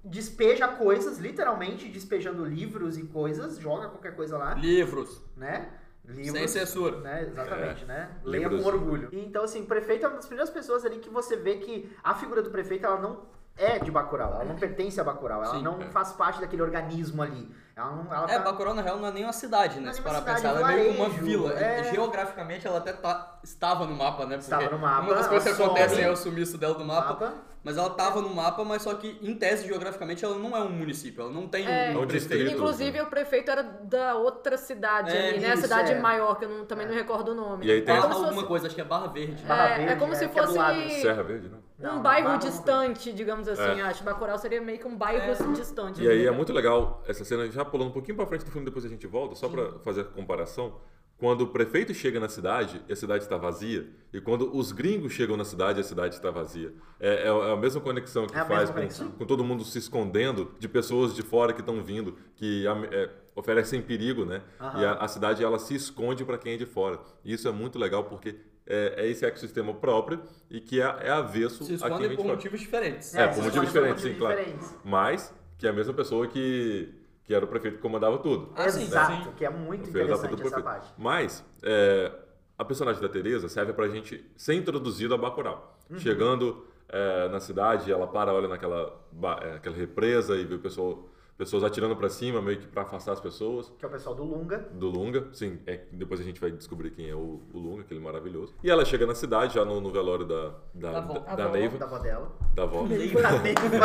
S3: despeja coisas, literalmente despejando livros e coisas, joga qualquer coisa lá,
S2: Livros,
S3: né?
S2: sem
S3: Livros,
S2: censura.
S3: né? Exatamente, né? Leia
S1: É. Livros.
S3: com orgulho. E, então, assim, o prefeito é uma das primeiras pessoas ali que você vê que a figura do prefeito, ela não é de Bacurau, ela não pertence a Bacurau, ela
S2: Sim,
S3: não
S1: é.
S3: faz parte daquele organismo ali. Ela não, ela
S2: É,
S3: tá-
S2: Bacurau na real não é nem uma cidade,
S3: Não
S2: né?
S3: é
S2: Se
S3: nem
S2: parar
S3: uma
S2: pra pensar,
S3: cidade,
S2: ela é
S3: um
S2: meio que uma
S3: varejo,
S2: vila.
S3: é.
S2: Geograficamente ela até tá- estava no mapa, né? Porque
S3: Estava no mapa,
S2: Uma das coisas que
S3: ela some.
S2: acontecem é o sumiço dela do mapa.
S3: Mapa.
S2: Mas ela tava no mapa, mas só que em tese, geograficamente, ela não é um município, ela não tem
S1: É
S4: É.
S2: um
S1: um
S2: prefeito.
S1: distrito.
S4: Inclusive, o prefeito era da outra cidade
S2: É,
S4: ali, né? A
S3: isso,
S4: cidade
S3: é.
S4: maior, que eu não- também não recordo o nome.
S1: E aí tem
S4: é
S1: essa-
S2: Barra
S4: como se
S2: alguma
S4: fosse,
S2: coisa, acho que é Barra Verde.
S4: é,
S3: Barra
S4: é
S3: Verde,
S4: como
S3: é,
S4: se
S3: que é do
S4: fosse
S3: lado.
S1: Serra Verde, né? não?
S3: Não,
S4: um
S3: não,
S4: bairro
S3: barra não.
S4: distante, digamos assim. Acho Bacurau seria meio que um bairro distante. né?
S1: E aí é muito legal essa cena, já pulando um pouquinho pra frente do filme, depois a gente volta, só pra fazer a comparação. Quando o prefeito chega na cidade, a cidade está vazia. E quando os gringos chegam na cidade, a cidade está vazia. É, é a mesma conexão que
S3: É a mesma
S1: faz com,
S3: conexão.
S1: com todo mundo se escondendo de pessoas de fora que estão vindo, que am- é, oferecem perigo, né?
S3: Aham.
S1: E a, a cidade ela se esconde para quem é de fora. E isso é muito legal porque é, é esse ecossistema próprio e que é, é avesso
S2: Se
S1: a quem
S2: escondem por um
S1: 24.
S2: motivos diferentes.
S1: É,
S3: tá
S1: por motivos diferentes, sim, claro. Mas que é a mesma pessoa que, que era o prefeito que comandava tudo.
S3: Exato, que é Ah, muito
S1: O filho da puta
S3: interessante
S1: do
S3: essa
S1: prefeito.
S3: parte.
S1: Mas é, a personagem da Tereza serve pra gente ser introduzido a Bacurau.
S3: Uhum.
S1: Chegando é, na cidade, ela para, olha naquela ba- é, aquela represa e vê o pessoal, pessoas atirando pra cima, meio que pra afastar as pessoas.
S3: Que é o pessoal do Lunga.
S1: Do Lunga, sim. é, depois a gente vai descobrir quem é o, o Lunga, aquele maravilhoso. E ela chega na cidade, já no, no velório da, da,
S3: Da avó.
S1: da,
S3: Avó,
S1: Neiva.
S3: da avó dela.
S1: Da avó.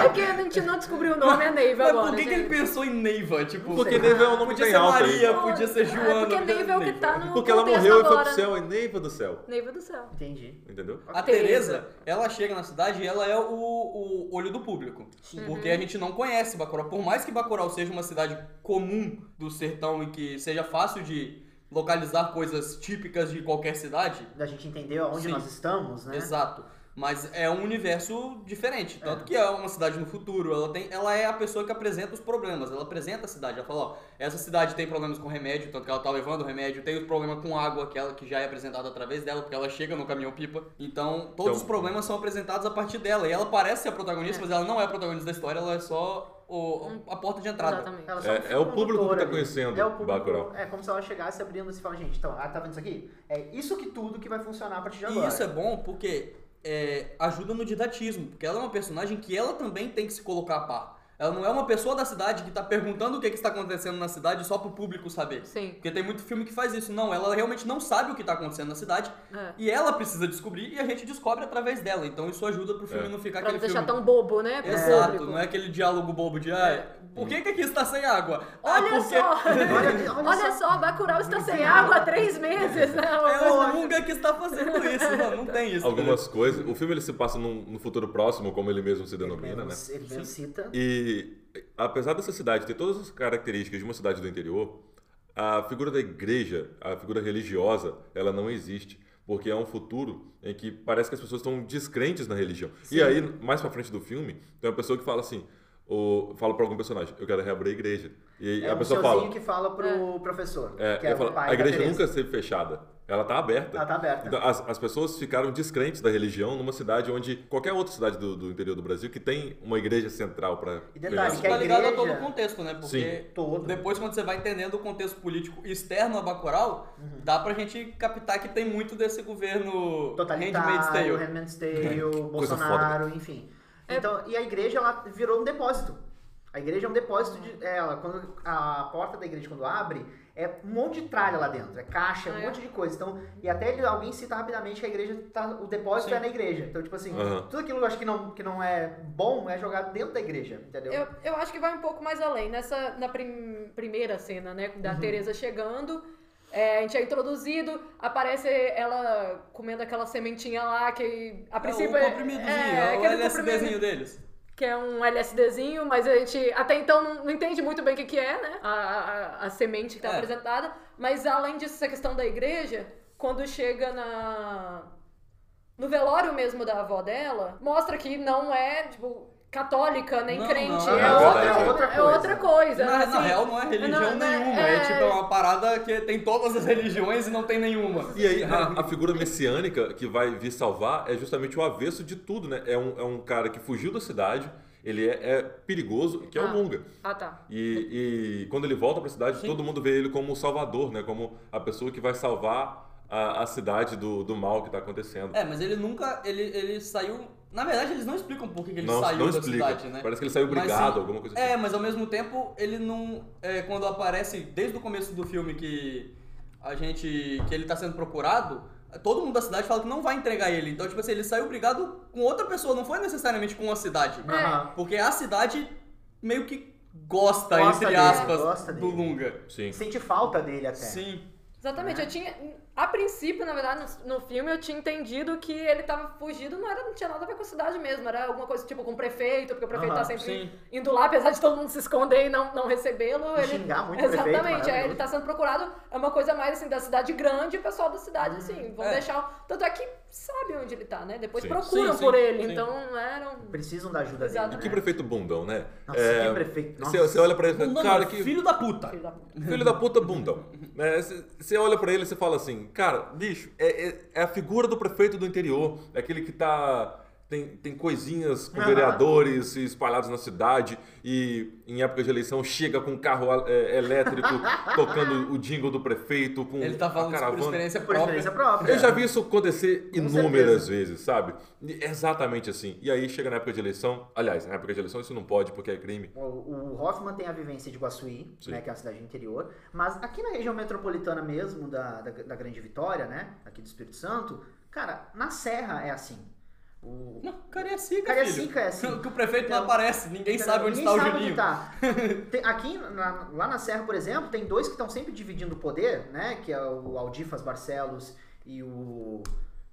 S4: É que a gente não descobriu o nome, é Neiva
S2: Mas
S4: agora.
S2: por que, que
S4: gente.
S2: ele pensou em Neiva? Tipo,
S1: Porque Neiva é um nome
S2: podia
S1: que tem
S2: ser
S1: alta aí.
S2: Maria, podia ser
S4: Ah,
S2: Joana.
S4: porque Neiva é o que tá no
S1: Porque ela
S4: contexto
S1: morreu e foi
S3: né?
S4: agora.
S1: pro céu, é Neiva do céu.
S4: Neiva do céu.
S3: Entendi.
S1: Entendeu?
S2: A Tereza, ela chega na cidade e ela é o, o olho do público. Porque a gente não conhece Bacurau. Por mais que Bacurau seja uma cidade comum do sertão e que seja fácil de localizar coisas típicas de qualquer cidade.
S3: Da gente entender onde nós estamos, né?
S2: Exato. Mas é um universo diferente. Tanto que é uma cidade no futuro. Ela, tem, ela é a pessoa que apresenta os problemas. Ela apresenta a cidade. Ela fala, ó, essa cidade tem problemas com remédio, tanto que ela tá levando remédio. Tem os problemas com água, que, ela, que já é apresentada através dela, porque ela chega no caminhão-pipa. Então, todos
S1: Então-
S2: os problemas são apresentados a partir dela. E ela parece ser a protagonista, mas ela não é Hum. a protagonista da história. Ela é só o- a porta de entrada.
S3: Ela só um
S1: É, é o público que
S3: condutor
S1: tá
S3: ali.
S1: conhecendo
S3: É o público-
S1: Bacurau.
S3: É como se ela chegasse abrindo e fala, gente, então, ah, tá vendo isso aqui? É isso que tudo que vai funcionar a partir de agora.
S2: E isso é bom porque é, ajuda no didatismo, porque ela é uma personagem que ela também tem que se colocar a par. Ela não é uma pessoa da cidade que tá perguntando o que, que está acontecendo na cidade só pro público saber.
S4: Sim.
S2: Porque tem muito filme que faz isso. Não, ela realmente não sabe o que tá acontecendo na cidade.
S4: É.
S2: E ela precisa descobrir e a gente descobre através dela. Então isso ajuda pro filme
S1: É.
S2: não ficar
S4: Pra não
S2: aquele filme.
S4: deixar tão bobo, né? pro
S2: Exato,
S4: público. É.
S2: não é aquele diálogo bobo de ah, por que, que aqui está sem água? Ah,
S4: Olha
S2: porque... (laughs)
S4: só! Olha, só, Bacurau está sem água há três meses, né? (laughs)
S2: É o Lunga que está fazendo isso, não, não tem isso.
S1: Algumas coisas. O filme ele se passa num, no futuro próximo, como ele mesmo se denomina, né?
S3: Ele mesmo cita.
S1: E apesar dessa cidade ter todas as características de uma cidade do interior, a figura da igreja, a figura religiosa, ela não existe. Porque é um futuro em que parece que as pessoas estão descrentes na religião. E
S3: Sim.
S1: aí, mais pra frente do filme, tem uma pessoa que fala assim, ou fala pra algum personagem, eu quero reabrir a igreja. E
S3: É
S1: a
S3: um
S1: pessoa fala,
S3: senhorzinho que fala pro professor.
S1: É,
S3: que é
S1: eu falo,
S3: o pai
S1: a igreja
S3: da Teresa.
S1: nunca esteve fechada. Ela tá aberta.
S3: Ela tá aberta.
S1: Então, as, as pessoas ficaram descrentes da religião numa cidade onde qualquer outra cidade do, do interior do Brasil que tem uma igreja central para.
S3: E
S2: Isso tá ligado a todo o contexto, né? Porque
S1: Sim.
S2: depois, quando você vai entendendo o contexto político externo a Bacurau,
S1: Uhum.
S2: dá pra gente captar que tem muito desse governo Handmaid's
S3: Totalitário,
S1: né?
S2: Tale.
S3: Handmaid's Tale,
S1: É, Coisa
S3: Bolsonaro, enfim. Então, e a igreja ela virou um depósito. A igreja é um depósito de ela, quando a porta da igreja quando abre, é um monte de tralha lá dentro, é caixa, é um monte de coisa. Então, e até ele- alguém cita rapidamente que a igreja tá, o depósito é na igreja. Então, tipo assim,
S1: Aham.
S3: tudo aquilo que eu acho que não que não é bom é jogado dentro da igreja, entendeu?
S4: Eu, eu acho que vai um pouco mais além. Nessa, na prim- primeira cena, né? Da
S3: Uhum.
S4: Tereza chegando. é, a gente é introduzido, aparece ela comendo aquela sementinha lá, que a princípio
S2: é o comprimidozinho, é, o
S4: aquele
S2: LSDzinho deles.
S4: que é um LSDzinho, mas a gente até então não- não entende muito bem o que, que é, né? A, a- a semente que tá
S2: É.
S4: apresentada. Mas além disso, essa questão da igreja, quando chega na. No velório mesmo da avó dela, mostra que não é, tipo, católica, nem
S2: Não,
S4: crente.
S2: não,
S4: é,
S2: é
S4: outra,
S2: verdade,
S4: é
S2: é.
S4: outra coisa.
S2: Na, na
S4: assim.
S2: real, não é religião
S4: Não, não é-
S2: nenhuma. É...
S4: é-
S2: tipo uma parada que tem todas as religiões e não tem nenhuma. Tá
S1: E aí, ah. a, a figura messiânica que vai vir salvar é justamente o avesso de tudo, né? É um, é um cara que fugiu da cidade, ele é, é perigoso, que é
S4: Ah.
S1: o Lunga.
S4: Ah, tá.
S1: E, e quando ele volta pra cidade, todo mundo vê ele como o salvador, né? Como a pessoa que vai salvar a, a cidade do, do mal que tá acontecendo.
S2: É, mas ele nunca. Ele, ele saiu. Na verdade, eles não explicam por que, que ele
S1: Não-
S2: saiu
S1: não
S2: da
S1: explica.
S2: cidade, né?
S1: Parece que ele saiu
S2: Mas,
S1: brigado,
S2: sim,
S1: alguma coisa assim.
S2: É, mas ao mesmo tempo, ele não. é, quando aparece desde o começo do filme que a gente. que ele tá sendo procurado, todo mundo da cidade fala que não vai entregar ele. Então, tipo assim, ele saiu brigado com outra pessoa, não foi necessariamente com a cidade.
S3: Aham.
S2: Porque a cidade meio que gosta,
S3: Gosta
S2: entre
S3: dele, É.
S2: aspas,
S3: gosta
S2: do Lunga.
S1: Sim.
S3: Sente falta dele até.
S2: Sim.
S4: Exatamente,
S3: Uhum.
S4: eu tinha. A princípio, na verdade, no, no filme eu tinha entendido que ele tava fugido, não, era, não tinha nada a ver com a cidade mesmo, era alguma coisa tipo com o prefeito, porque o prefeito
S3: Aham,
S4: tá sempre
S2: sim.
S4: indo lá, apesar de todo mundo se esconder e não, não recebê-lo.
S3: E
S4: Ele...
S3: xingar muito o prefeito,
S4: Exatamente, é,
S3: maravilhoso. Uhum,
S4: ele tá sendo procurado, é uma coisa mais assim da cidade grande, o pessoal da cidade, assim, vão
S2: É.
S4: deixar. o- Tanto é que sabe onde ele tá, né? Depois
S1: Sim.
S4: procuram
S1: Sim, sim,
S4: por ele,
S1: sim.
S4: então não eram.
S3: Precisam da ajuda né?
S4: Exato.
S1: E que prefeito bundão, né?
S3: Nossa, que prefeito, nossa.
S1: Você, você olha pra ele e fala,
S3: Bundão
S1: cara,
S3: não,
S1: que...
S2: Filho da puta.
S4: Filho da puta.
S1: Filho da puta bundão. Né? Você você olha pra ele e você fala assim, cara, bicho, é, é- é a figura do prefeito do interior, é aquele que tá... Tem, tem coisinhas com
S3: Aham.
S1: vereadores espalhados na cidade e em época de eleição chega com um carro é,
S3: (laughs)
S1: elétrico tocando o jingle do prefeito com
S2: Ele tá falando
S1: a
S2: isso por
S1: caravana.
S2: experiência
S3: Por
S2: própria.
S3: experiência própria.
S1: Eu já vi isso acontecer inúmeras
S3: certeza.
S1: vezes, sabe? E- Exatamente assim. E aí chega na época de eleição, aliás, na época de eleição isso não pode porque é crime.
S3: O, o Hoffman tem a vivência de Guaçuí,
S1: Sim.
S3: né, que é a cidade do interior, mas aqui na região metropolitana mesmo, da, da, da Grande Vitória, né, aqui do Espírito Santo, cara, na Serra é assim. O,
S2: Não, Cariacica,
S3: Cariacica
S2: filho.
S3: é assim.
S2: Que (laughs) o prefeito não
S3: Então,
S2: aparece, ninguém sabe onde
S3: Ninguém
S2: está o
S3: sabe
S2: Juninho.
S3: tá.
S2: (laughs)
S3: Tem- aqui, na- lá na Serra, por exemplo, tem dois que estão sempre dividindo o poder, né, que é o Aldifas Barcelos e o,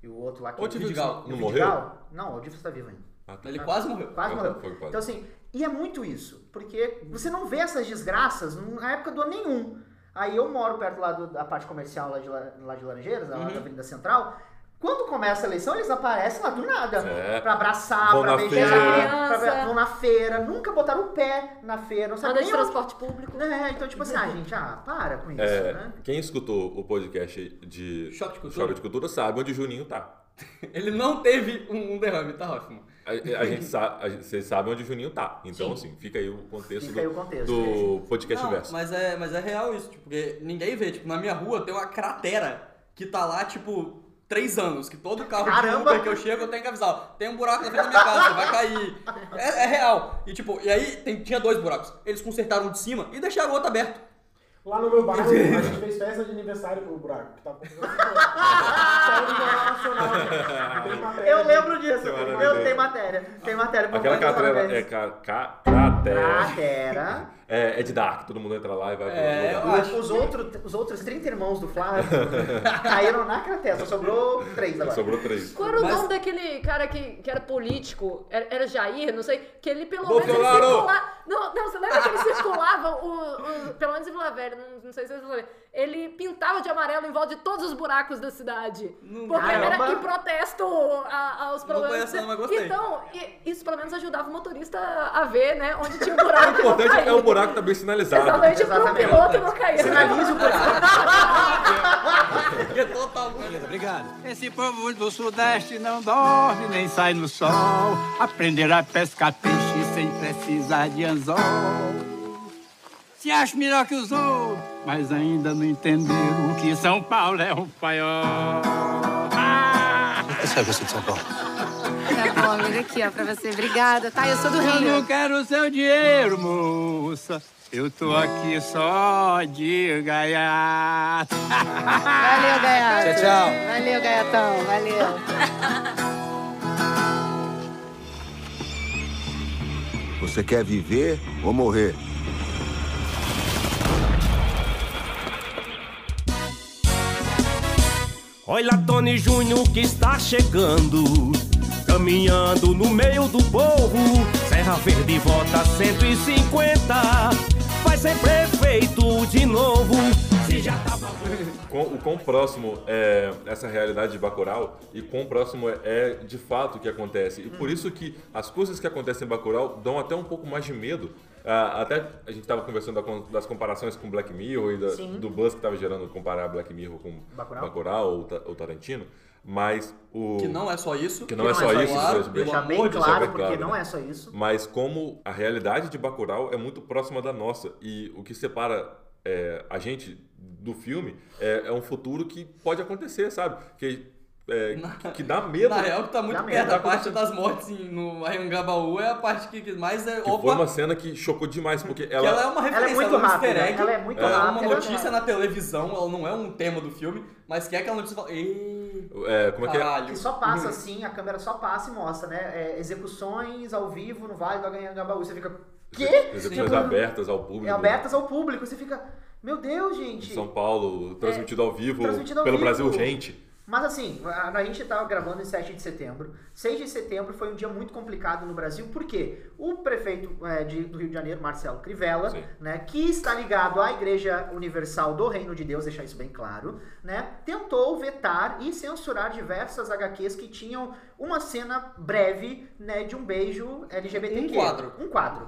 S3: e o outro lá que...
S1: Ô, Tio
S2: Vidigal.
S1: não
S3: o
S1: morreu?
S3: Vidigal. Não, o Aldifas tá vivo ainda.
S1: Ah, tá.
S2: Ele quase morreu.
S3: Quase morreu.
S1: Foi quase.
S3: Então, assim, e é muito isso, porque você não vê essas desgraças na época do ano nenhum. Aí eu moro perto lá do- da parte comercial lá de, La- lá de Laranjeiras, lá
S2: Uhum.
S3: da Avenida Central. Quando começa a eleição, eles aparecem lá do nada.
S1: É.
S3: Pra abraçar,
S1: Vão
S3: pra
S1: na
S3: beijar,
S1: feira.
S3: pra
S4: Criança.
S3: be- vão na feira. Nunca botaram o pé na feira, não sabe
S4: Roda de
S3: nem onde...
S4: transporte público.
S3: É, então, tipo assim, ah, gente, ah, para com isso,
S1: É,
S3: né?
S1: Quem escutou o podcast de
S2: Choque de cultura.
S1: Choque de Cultura sabe onde o Juninho tá.
S2: Ele não teve um, um derrame, tá, Hoffman?
S1: A, a gente sabe, a gente- vocês sabem onde o Juninho tá. Então, assim, fica aí o contexto
S3: Fica aí
S1: do,
S3: o
S1: (laughs)
S3: contexto, né,
S1: do podcast
S2: Não,
S1: verso.
S2: mas é, mas é real isso, tipo, porque ninguém vê. Tipo, na minha rua tem uma cratera que tá lá, tipo, três anos, que todo carro de
S3: Caramba!
S2: Uber que eu chego eu tenho que avisar, ó, tem um buraco na frente da minha casa, vai cair. É, é real. E tipo, e aí tem- tinha dois buracos. Eles consertaram um de cima e deixaram o outro aberto.
S5: Lá no meu bairro, a gente fez festa de aniversário pro buraco. Que tá tava... Saiu do Jornal Nacional. cara. Tem matéria
S3: Eu
S5: de-
S3: lembro disso.
S1: Semana
S3: Eu
S1: que
S3: tem
S1: vem.
S3: matéria. Tem matéria.
S1: Aquela
S3: Vamos falar
S1: cratera
S3: deles.
S1: é, ca, ca-
S3: Ah.
S1: cratera
S3: Cratera.
S1: é, é de Dark, todo mundo entra lá e vai
S2: É,
S1: pro
S2: eu
S1: lugar.
S2: acho.
S3: (laughs)
S2: (laughs)
S3: Os, outro, os outros 30 irmãos
S1: (laughs)
S3: do Flávio caíram na cratera, só sobrou três agora.
S1: Sobrou três.
S4: Qual era o
S2: Mas-
S4: nome daquele cara que, que era político? Era, era Jair, não sei. Que ele pelo menos
S1: Bolsonaro!
S4: ele circulava. Não, não, você lembra que ele circulava, o, o- pelo menos em Vila Velha, não, não sei se você sabe. Ele pintava de amarelo em volta de todos os buracos da cidade.
S2: Não-
S4: porque
S1: é
S3: Caramba!
S4: era em protesto a- aos problemas.
S2: conheço, não, mas gostei.
S4: Então, e- isso pelo menos ajudava o motorista a ver, né, onde tinha o buraco.
S1: O importante é o buraco tá bem sinalizado.
S4: Exatamente, pro
S3: Exatamente.
S4: piloto não cair.
S3: Sinalize o buraco.
S2: Porque totalmente.
S9: Esse povo do Sudeste não dorme nem sai no sol. Aprender a pescar peixe sem precisar de anzol. Se acha melhor que os outros, mas ainda não entenderam que São Paulo é um paiol. Ah!
S10: Tá bom, amiga, aqui, ó, pra você. Obrigada, tá? Eu sou do
S9: Eu não
S10: Rio.
S9: quero seu dinheiro, moça. Eu tô aqui só de gaiato.
S10: Valeu, Gaiato.
S9: Tchau, tchau.
S10: Valeu, Gaiatão. Valeu.
S11: Você quer viver ou morrer?
S12: Olha Tony Júnior que está chegando, caminhando no meio do povo. Serra Verde vota 150, vai ser prefeito de novo. Se já tá- tava
S1: Quão- o quão próximo é essa realidade de Bacurau e quão próximo é, é de fato o que acontece. E por isso que as coisas que acontecem em Bacurau dão até um pouco mais de medo. Ah, até a gente estava conversando da con- das comparações com Black Mirror e da-
S3: Sim.
S1: do buzz que estava gerando comparar Black Mirror com
S3: Bacurau?
S1: Bacurau, ou, Ta- ou Tarantino, mas o...
S2: Que não é só isso.
S1: Que não é só isso,
S2: claro,
S1: isso,
S2: pelo
S3: Deixar
S2: amor
S3: bem
S2: de
S1: Deixar
S3: claro,
S1: bem
S3: porque
S1: claro,
S3: não
S1: né?
S3: é só isso.
S1: Mas como a realidade de Bacurau é muito próxima da nossa e o que separa é, a gente do filme é, é um futuro que pode acontecer, sabe? Que, é, que- que dá medo. né?
S2: Na real, que tá muito
S3: Dá medo,
S2: perto.
S3: tá
S2: A parte das mortes em- no Ayangabaú é a parte que que mais é.
S1: Que foi uma cena que chocou
S2: (laughs)
S1: demais, porque
S2: Que
S1: ela...
S2: ela é uma
S3: é
S2: referência, ela é,
S3: muito
S2: um
S3: rápida,
S2: easter egg,
S3: ela é muito
S2: uma
S3: rápida,
S2: notícia
S3: né?
S2: na televisão, ela não é um tema do filme, mas que é aquela notícia que fala, "Ei,
S1: é, como é que é?
S2: caralho.
S3: Que só passa assim, a câmera só passa e mostra, né? É, execuções ao vivo no Vale do Aganhangabaú. Você fica, quê?
S1: Exibições
S3: Tipo,
S1: abertas ao público.
S3: É abertas ao público. Você fica, meu Deus,
S1: Em
S3: gente. É,
S1: São Paulo, transmitido ao vivo
S3: Transmitido ao
S1: pelo
S3: vivo.
S1: Brasil Gente.
S3: Mas assim, a a gente estava gravando em 7 de setembro. 6 de setembro foi um dia muito complicado no Brasil, porque o prefeito eh, de- do Rio de Janeiro, Marcelo Crivella, né, que está ligado à Igreja Universal do Reino de Deus, deixar isso bem claro, né, tentou vetar e censurar diversas HQs que tinham uma cena breve né, de um beijo LGBTQ.
S2: Um quadro.
S3: Um quadro.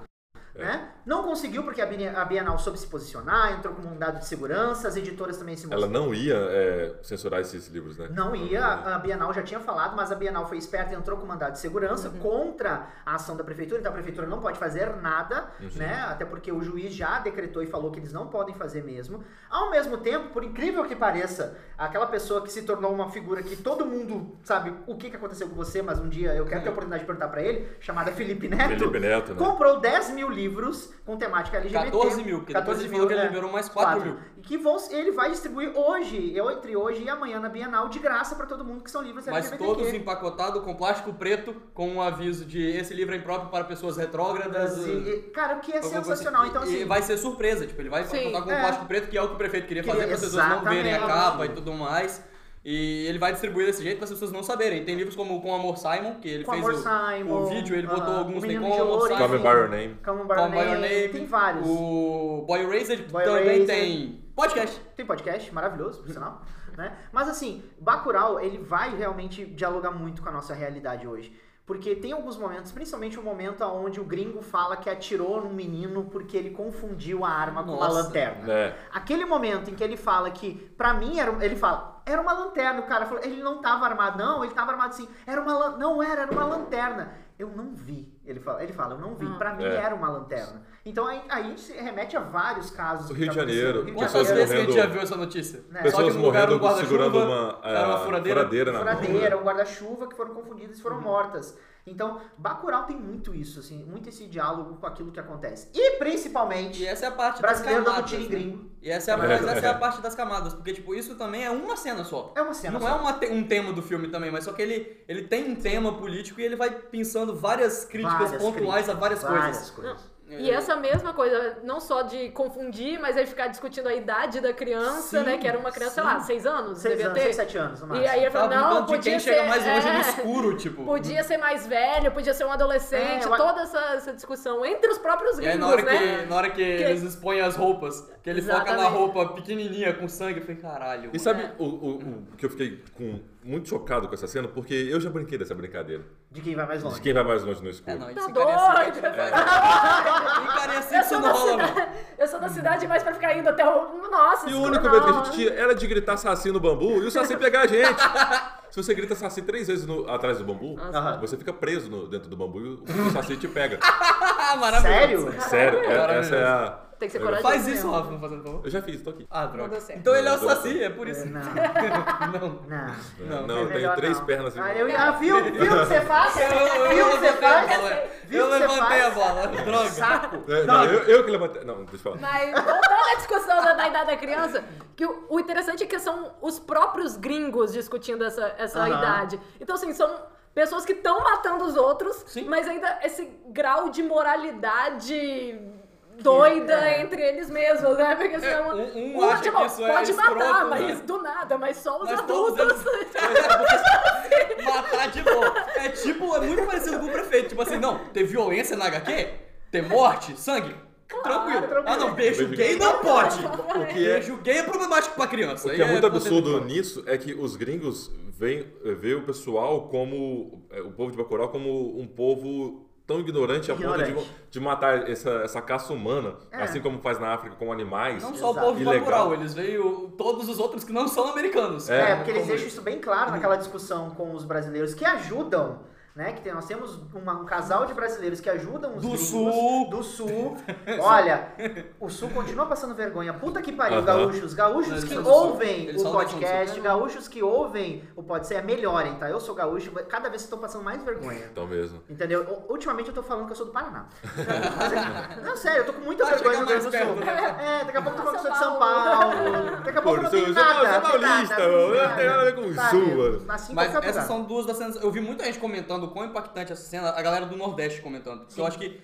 S3: né? Não conseguiu porque a Bine- a Bienal soube se posicionar, entrou como um dado de segurança, as editoras também se
S1: Ela
S3: mostraram.
S1: não ia é, censurar esses livros, né?
S3: Não ia, a Bienal já tinha falado, mas a Bienal foi esperta e entrou com mandado de segurança
S2: Uhum.
S3: contra a ação da prefeitura, então a prefeitura não pode fazer nada,
S13: Uhum.
S3: né? Até porque o juiz já decretou e falou que eles não podem fazer mesmo. Ao mesmo tempo, por incrível que pareça, aquela pessoa que se tornou uma figura que todo mundo sabe o que, que aconteceu com você, mas um dia eu quero ter a oportunidade de perguntar pra ele, chamada Felipe Neto.
S1: Uhum. Felipe Neto, né?
S3: Comprou 10 mil livros com temática LGBT.
S2: 14 mil, porque depois ele falou que ele
S3: é,
S2: liberou mais 4 mil.
S3: e que vão, ele vai distribuir hoje, eu entre hoje e amanhã na Bienal, de graça pra todo mundo que são livros
S2: Mas
S3: LGBTQ.
S2: todos empacotados com plástico preto, com um aviso de esse livro é impróprio para pessoas retrógradas.
S3: Assim,
S2: uh,
S3: e- cara, o que é
S2: alguma coisa
S3: sensacional.
S2: assim.
S3: Então,
S2: E-
S3: assim,
S2: E vai ser surpresa, tipo, ele vai
S3: Sim.
S2: empacotar com
S3: É.
S2: plástico preto, que é o que o prefeito queria
S3: Queria-
S2: fazer para as pessoas não verem a
S3: exatamente.
S2: capa e tudo mais. E ele vai distribuir desse jeito para as pessoas não saberem. Tem livros como Com Amor Simon, que ele
S3: Com
S2: fez
S3: Amor
S2: o,
S3: Simon,
S2: o vídeo, ele
S3: ah,
S2: botou
S3: O
S2: alguns tem
S3: Menino
S2: Com
S3: de
S2: Amor
S3: Ouro,
S2: Simon.
S1: Call Me By Your Name.
S3: Call Me By
S2: Call
S3: Your
S2: Me By Your
S3: Name,
S2: Name.
S3: tem vários.
S2: O Boy Erased
S3: Boy
S2: também
S3: Erased.
S2: tem podcast.
S3: Tem podcast, maravilhoso, por sinal. né? Mas assim, Bacurau, ele vai realmente dialogar muito com a nossa realidade hoje. Porque tem alguns momentos, principalmente o momento onde o gringo fala que atirou num menino porque ele confundiu a arma com uma
S2: Nossa.
S3: lanterna.
S1: É.
S3: Aquele momento em que ele fala que, pra mim, era, um- ele fala, era uma lanterna, o cara falou, ele não tava armado, não, ele tava armado sim, era uma lan- não era, era uma lanterna. Eu não vi, ele fala, ele fala eu não vi,
S2: Ah.
S3: pra mim
S1: É.
S3: era uma lanterna. Então aí, aí a gente se remete a vários casos.
S1: O
S3: que
S1: Rio
S3: já
S1: de
S3: aconteceram.
S1: Janeiro,
S3: Rio de
S1: pessoas
S3: Janeiro.
S2: Esse que a gente já viu essa notícia.
S3: Né?
S2: Só que
S1: Pessoas
S2: no lugar do
S1: morrendo
S2: guarda-chuva,
S1: segurando uma, eh,
S2: era uma furadeira.
S1: na mão.
S3: furadeira, um guarda-chuva que foram confundidas e foram
S2: Uhum.
S3: mortas. Então, Bacurau tem muito isso, assim, muito esse diálogo com aquilo que acontece. E principalmente,
S2: E essa é a parte
S3: brasileiro tá
S2: das
S3: dando
S2: camadas.
S3: tiro em
S2: né?
S3: gringo.
S2: E essa é,
S1: (laughs)
S2: a,
S3: É.
S2: mas essa é a parte das camadas, porque tipo, isso também é uma cena só.
S3: É uma cena
S2: Não
S3: só.
S2: é uma te- um tema do filme também, mas só que ele, ele tem um tema político e ele vai pensando várias críticas
S3: Várias
S2: pontuais a várias,
S3: críticas, várias
S2: coisas.
S3: coisas.
S4: E
S2: É.
S4: essa mesma coisa, não só de confundir, mas aí ficar discutindo a idade da criança,
S3: Sim,
S4: né? Que era uma criança, sei lá,
S3: sim.
S4: seis anos,
S3: Seis
S4: devia
S3: anos,
S4: ter.
S3: seis, sete anos, no máximo.
S4: E aí ele falou,
S2: Tava
S4: não,
S2: brincando de
S4: podia
S2: quem
S4: ser...
S2: chega mais longe
S4: é,
S2: no escuro, tipo.
S4: Podia ser mais velho, podia ser um adolescente,
S3: É, eu-
S4: toda essa, essa discussão entre os próprios
S2: E aí
S4: gringos,
S2: na hora,
S4: né?
S2: que, na hora que, eles expõem as roupas, que ele foca na
S4: Exatamente.
S2: roupa pequenininha com sangue, eu falei, caralho.
S1: E
S3: é
S1: sabe o, o- o que eu fiquei com- muito chocado com essa cena? Porque eu já brinquei dessa brincadeira.
S3: De quem vai mais longe.
S1: De quem vai mais longe no
S2: É,
S1: escuro.
S4: Tá
S2: carecinha-
S4: doido!
S1: É.
S2: né?" (laughs) carecinha
S4: Eu
S2: que
S4: sou
S2: não
S4: da
S2: rola,
S4: cida- (laughs) Eu sou da cidade, mas pra ficar indo até o... Nossa,
S1: E o
S4: escuro
S1: único medo que a
S4: não.
S1: gente tinha era de gritar saci no bambu e o saci pegar a gente. Se você grita saci três vezes no- atrás do bambu,
S3: Nossa.
S1: você fica preso no- dentro do bambu e o, o saci te pega. (laughs)
S2: Ah,
S1: Sério,
S2: Maravilhoso.
S3: Sério?
S1: é- essa
S2: Maravilhoso.
S1: é a.
S4: Tem que ser
S1: é-
S4: corajoso
S2: Faz isso,
S4: mesmo.
S2: Rafa, não fazendo favor.
S1: Eu já fiz, tô aqui.
S2: Ah,
S4: Não
S2: droga.
S4: deu certo.
S2: Então ele é o
S1: Não deu
S2: Saci, é por
S1: (laughs)
S2: isso.
S3: Não.
S2: não.
S3: Não. É
S1: Não,
S2: Não,
S1: eu tenho
S3: melhor
S1: três
S3: não.
S1: pernas.
S3: Ah, eu, ah, viu? Viu o que você faz?
S2: (laughs) Eu- eu- eu
S3: viu o que você
S2: levantei a
S3: faz?
S2: bola.
S3: Viu
S2: Eu
S3: o que você
S2: levantei a
S3: faz?
S2: bola. Droga.
S3: Saco.
S1: É, não, eu, eu que levantei. Não, deixa eu falar.
S4: Mas voltando à discussão da, da idade da criança, que o, o interessante é que são os próprios gringos discutindo essa, essa
S3: Aham.
S4: idade. Então, assim, são pessoas que estão matando os outros, mas ainda esse grau de moralidade doida
S3: é.
S4: entre eles mesmos, né? Porque senão
S2: um- um
S4: o
S2: acha que isso é
S4: pode matar,
S2: escroto,
S4: mas
S2: né?
S4: do nada, mas só os
S2: Mas todos
S4: adultos.
S2: Matar de boa. É tipo, é muito parecido com o prefeito. Tipo assim, não, ter violência na HQ? Ter morte? Sangue? Tranquilo. Ah, não, beijo
S1: Beijo
S2: gay
S1: gay.
S2: não pode.
S1: O que é-
S2: Beijo gay é problemático pra criança.
S1: O
S2: Aí
S1: que é muito
S2: potencial.
S1: absurdo nisso é que os gringos veem, veem o pessoal como. é, o povo de Bacurau como um povo tão ignorante a ponto de,
S3: Ignorante.
S1: de matar essa, essa caça humana,
S3: É.
S1: assim como faz na África com animais.
S2: Não só o
S3: Exato.
S2: povo de
S1: Ilegal.
S2: Bacurau, eles veio todos os outros que não são americanos.
S3: É, porque eles deixam isso bem
S2: Uhum.
S3: claro naquela discussão com os brasileiros que ajudam, né? Que tem- nós temos uma- um casal de brasileiros que ajudam os
S2: Do
S3: gringos
S2: Sul. (laughs)
S3: do sul. Olha, o sul continua passando vergonha. Puta que pariu,
S1: Aham.
S3: gaúchos, gaúchos
S2: Eles
S3: que
S2: são do Sul.
S3: ouvem
S2: Eles
S3: o
S2: só não são do
S3: podcast,
S2: Sul.
S3: gaúchos que ouvem o pode ser, melhorem, tá? Eu sou gaúcho, mas cada vez vocês estão passando mais vergonha.
S1: Então mesmo.
S3: Entendeu? U- Ultimamente eu tô falando que eu sou
S1: (laughs)
S3: do Paraná. Não, sério, eu tô com muita
S2: Vai
S3: vergonha no
S2: chegar
S3: Rio Grande do
S2: mais
S3: Sul.
S2: perto,
S3: É, daqui a pouco eu tô falando que sou de
S4: São
S3: São Paulo. Daqui a pouco
S1: né? Pô,
S3: eu não
S1: sou,
S3: tenho
S1: sou-
S3: nada.
S1: sou
S3: não tenho
S1: paulista,
S3: nada,
S1: mano. Eu
S3: tenho
S1: não tenho nada a ver com
S3: Sabe,
S1: isso, mano.
S3: Nasci em
S2: Mas
S3: qualquer
S2: essas
S3: lugar.
S2: são duas das cenas. Eu vi muita gente comentando o quão impactante essa cena, a galera do Nordeste comentando. Porque eu acho que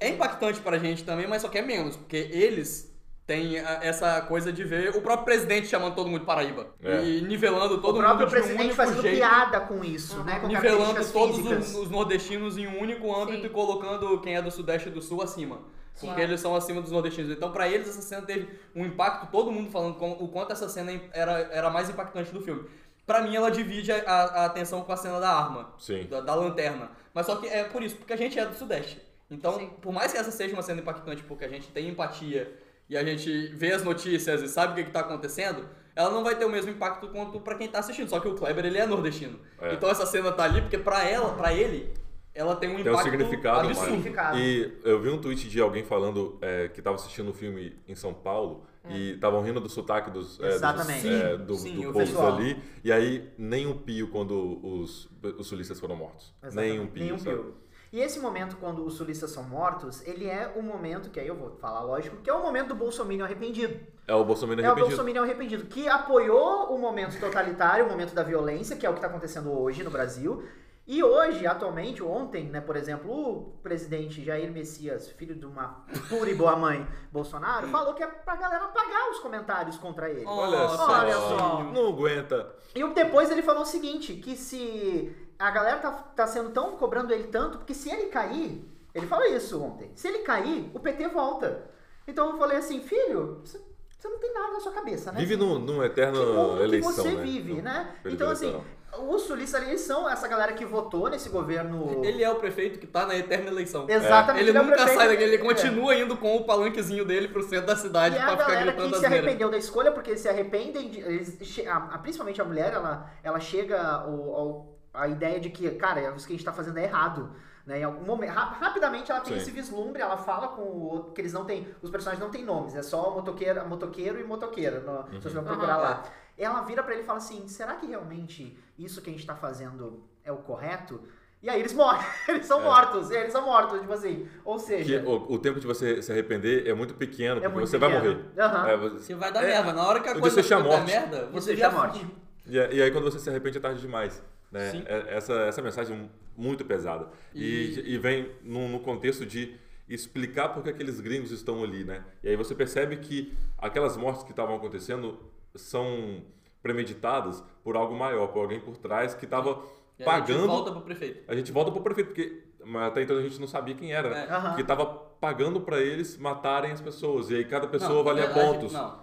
S2: é impactante pra gente também, mas só que é menos, porque eles Tem a- essa coisa de ver o próprio presidente chamando todo mundo Paraíba.
S1: É.
S2: E nivelando todo mundo
S3: o
S2: de
S3: próprio
S2: um
S3: presidente
S2: único
S3: fazendo
S2: jeito.
S3: piada com isso, né? Com
S2: nivelando
S3: características
S2: todos
S3: físicas.
S2: os, os nordestinos em um único âmbito e colocando quem é do sudeste e do sul acima.
S3: Sim.
S2: Porque eles são acima dos nordestinos. Então, pra eles, essa cena teve um impacto, todo mundo falando como- o quanto essa cena era, era mais impactante do filme. Pra mim, ela divide a, a- a atenção com a cena da arma,
S1: Sim.
S2: da, da lanterna. Mas só que é por isso, porque a gente é do sudeste. Então, por mais que essa seja uma cena impactante, porque a gente tem empatia e a gente vê as notícias e sabe o que, que tá acontecendo, ela não vai ter o mesmo impacto quanto pra quem tá assistindo. Só que o Kleber, ele é nordestino.
S1: É.
S2: Então essa cena tá ali porque pra ela, pra ele, ela tem um
S1: Tem um
S2: impacto
S1: significado mais.
S2: absurdo.
S1: E eu vi um tweet de alguém falando é, que tava assistindo um filme em São Paulo e estavam rindo do sotaque dos, é, dos-
S3: É. Exatamente.
S1: é,
S3: Sim,
S1: do,
S3: sim,
S1: do
S3: o
S1: povo
S3: pessoal.
S1: ali. E aí, nem um pio quando os, os sulistas foram mortos.
S3: Exatamente,
S1: Nem um pio.
S3: nem um
S1: sabe?
S3: pio. E esse momento, quando os sulistas são mortos, ele é o momento, que aí eu vou falar lógico, que é o momento do Bolsonaro arrependido.
S1: É o Bolsonaro
S3: É o
S1: arrependido.
S3: Bolsonaro arrependido, que apoiou o momento totalitário, o momento da violência, que é o que está acontecendo hoje no Brasil. E hoje, atualmente, ontem, né, por exemplo, o presidente Jair Messias, filho de uma pura e boa mãe, Bolsonaro, falou que é pra galera apagar os comentários contra ele.
S1: Olha, só.
S3: Olha só.
S1: Não aguenta.
S3: E depois ele falou o seguinte, que se a galera tá, tá sendo tão cobrando ele tanto, porque se ele cair, ele falou isso ontem, se ele cair, o PT volta. Então eu falei assim, filho, você você não tem nada na sua cabeça, né?
S1: Vive
S3: Você-
S1: num, num eterno
S3: que mundo
S1: eleição.
S3: que você
S1: né?
S3: vive,
S1: Num
S3: né?
S1: período
S3: Então, assim,
S1: eleitoral.
S3: os sulistas ali eles são essa galera que votou nesse governo.
S2: Ele é o prefeito que tá na eterna eleição.
S3: Exatamente,
S2: Ele,
S3: ele é o
S2: nunca
S3: prefeito.
S2: sai daquele, ele
S3: É.
S2: continua indo com o palanquezinho dele pro centro da cidade
S3: E a
S2: pra ficar
S3: galera
S2: gritando
S3: que se
S2: asneira.
S3: arrependeu da escolha, porque eles se arrependem, de- eles che- a- a- principalmente a mulher, ela, ela chega ao, ao- à ideia de que, cara, isso que a gente tá fazendo é errado. Né? Em algum momento, ra- rapidamente ela tem
S1: Sim.
S3: esse vislumbre, ela fala com o outro, que eles não têm, os personagens não têm nomes, é só motoqueiro, motoqueiro e motoqueira, no, se vocês
S1: Uhum.
S3: vão
S2: Aham,
S3: procurar
S2: é.
S3: lá. Ela vira pra ele e fala assim, será que realmente isso que a gente tá fazendo é o correto? E aí eles (laughs) morrem, eles são
S1: É.
S3: mortos, eles são mortos, tipo assim, ou
S1: Que
S3: seja...
S1: o, o tempo de você se arrepender é muito pequeno, porque
S3: muito
S1: você vai
S3: pequeno.
S1: morrer.
S3: Aham.
S1: É, você-
S2: Você vai dar merda. Na hora que a
S1: Eu
S2: coisa
S1: deixei a
S2: vai dar
S1: morte.
S2: merda,
S3: Isso
S2: você
S3: é
S2: já
S3: a morte.
S2: fugiu.
S1: E, e aí quando você se arrepende é tarde demais. Né?
S2: Sim.
S1: É- Essa, essa mensagem é muito pesada. E, e vem no, no contexto de explicar por que aqueles gringos estão ali, né? E aí você percebe que aquelas mortes que estavam acontecendo são premeditadas por algo maior, por alguém por trás que estava
S2: E aí a gente
S1: pagando
S2: volta pro prefeito.
S1: a gente volta pro prefeito, porque mas até então a gente não sabia quem era, né?
S2: É. Aham.
S1: Que tava pagando pra eles matarem as pessoas. E aí cada pessoa
S2: Não,
S1: valia
S2: a gente-
S1: pontos.
S2: Não.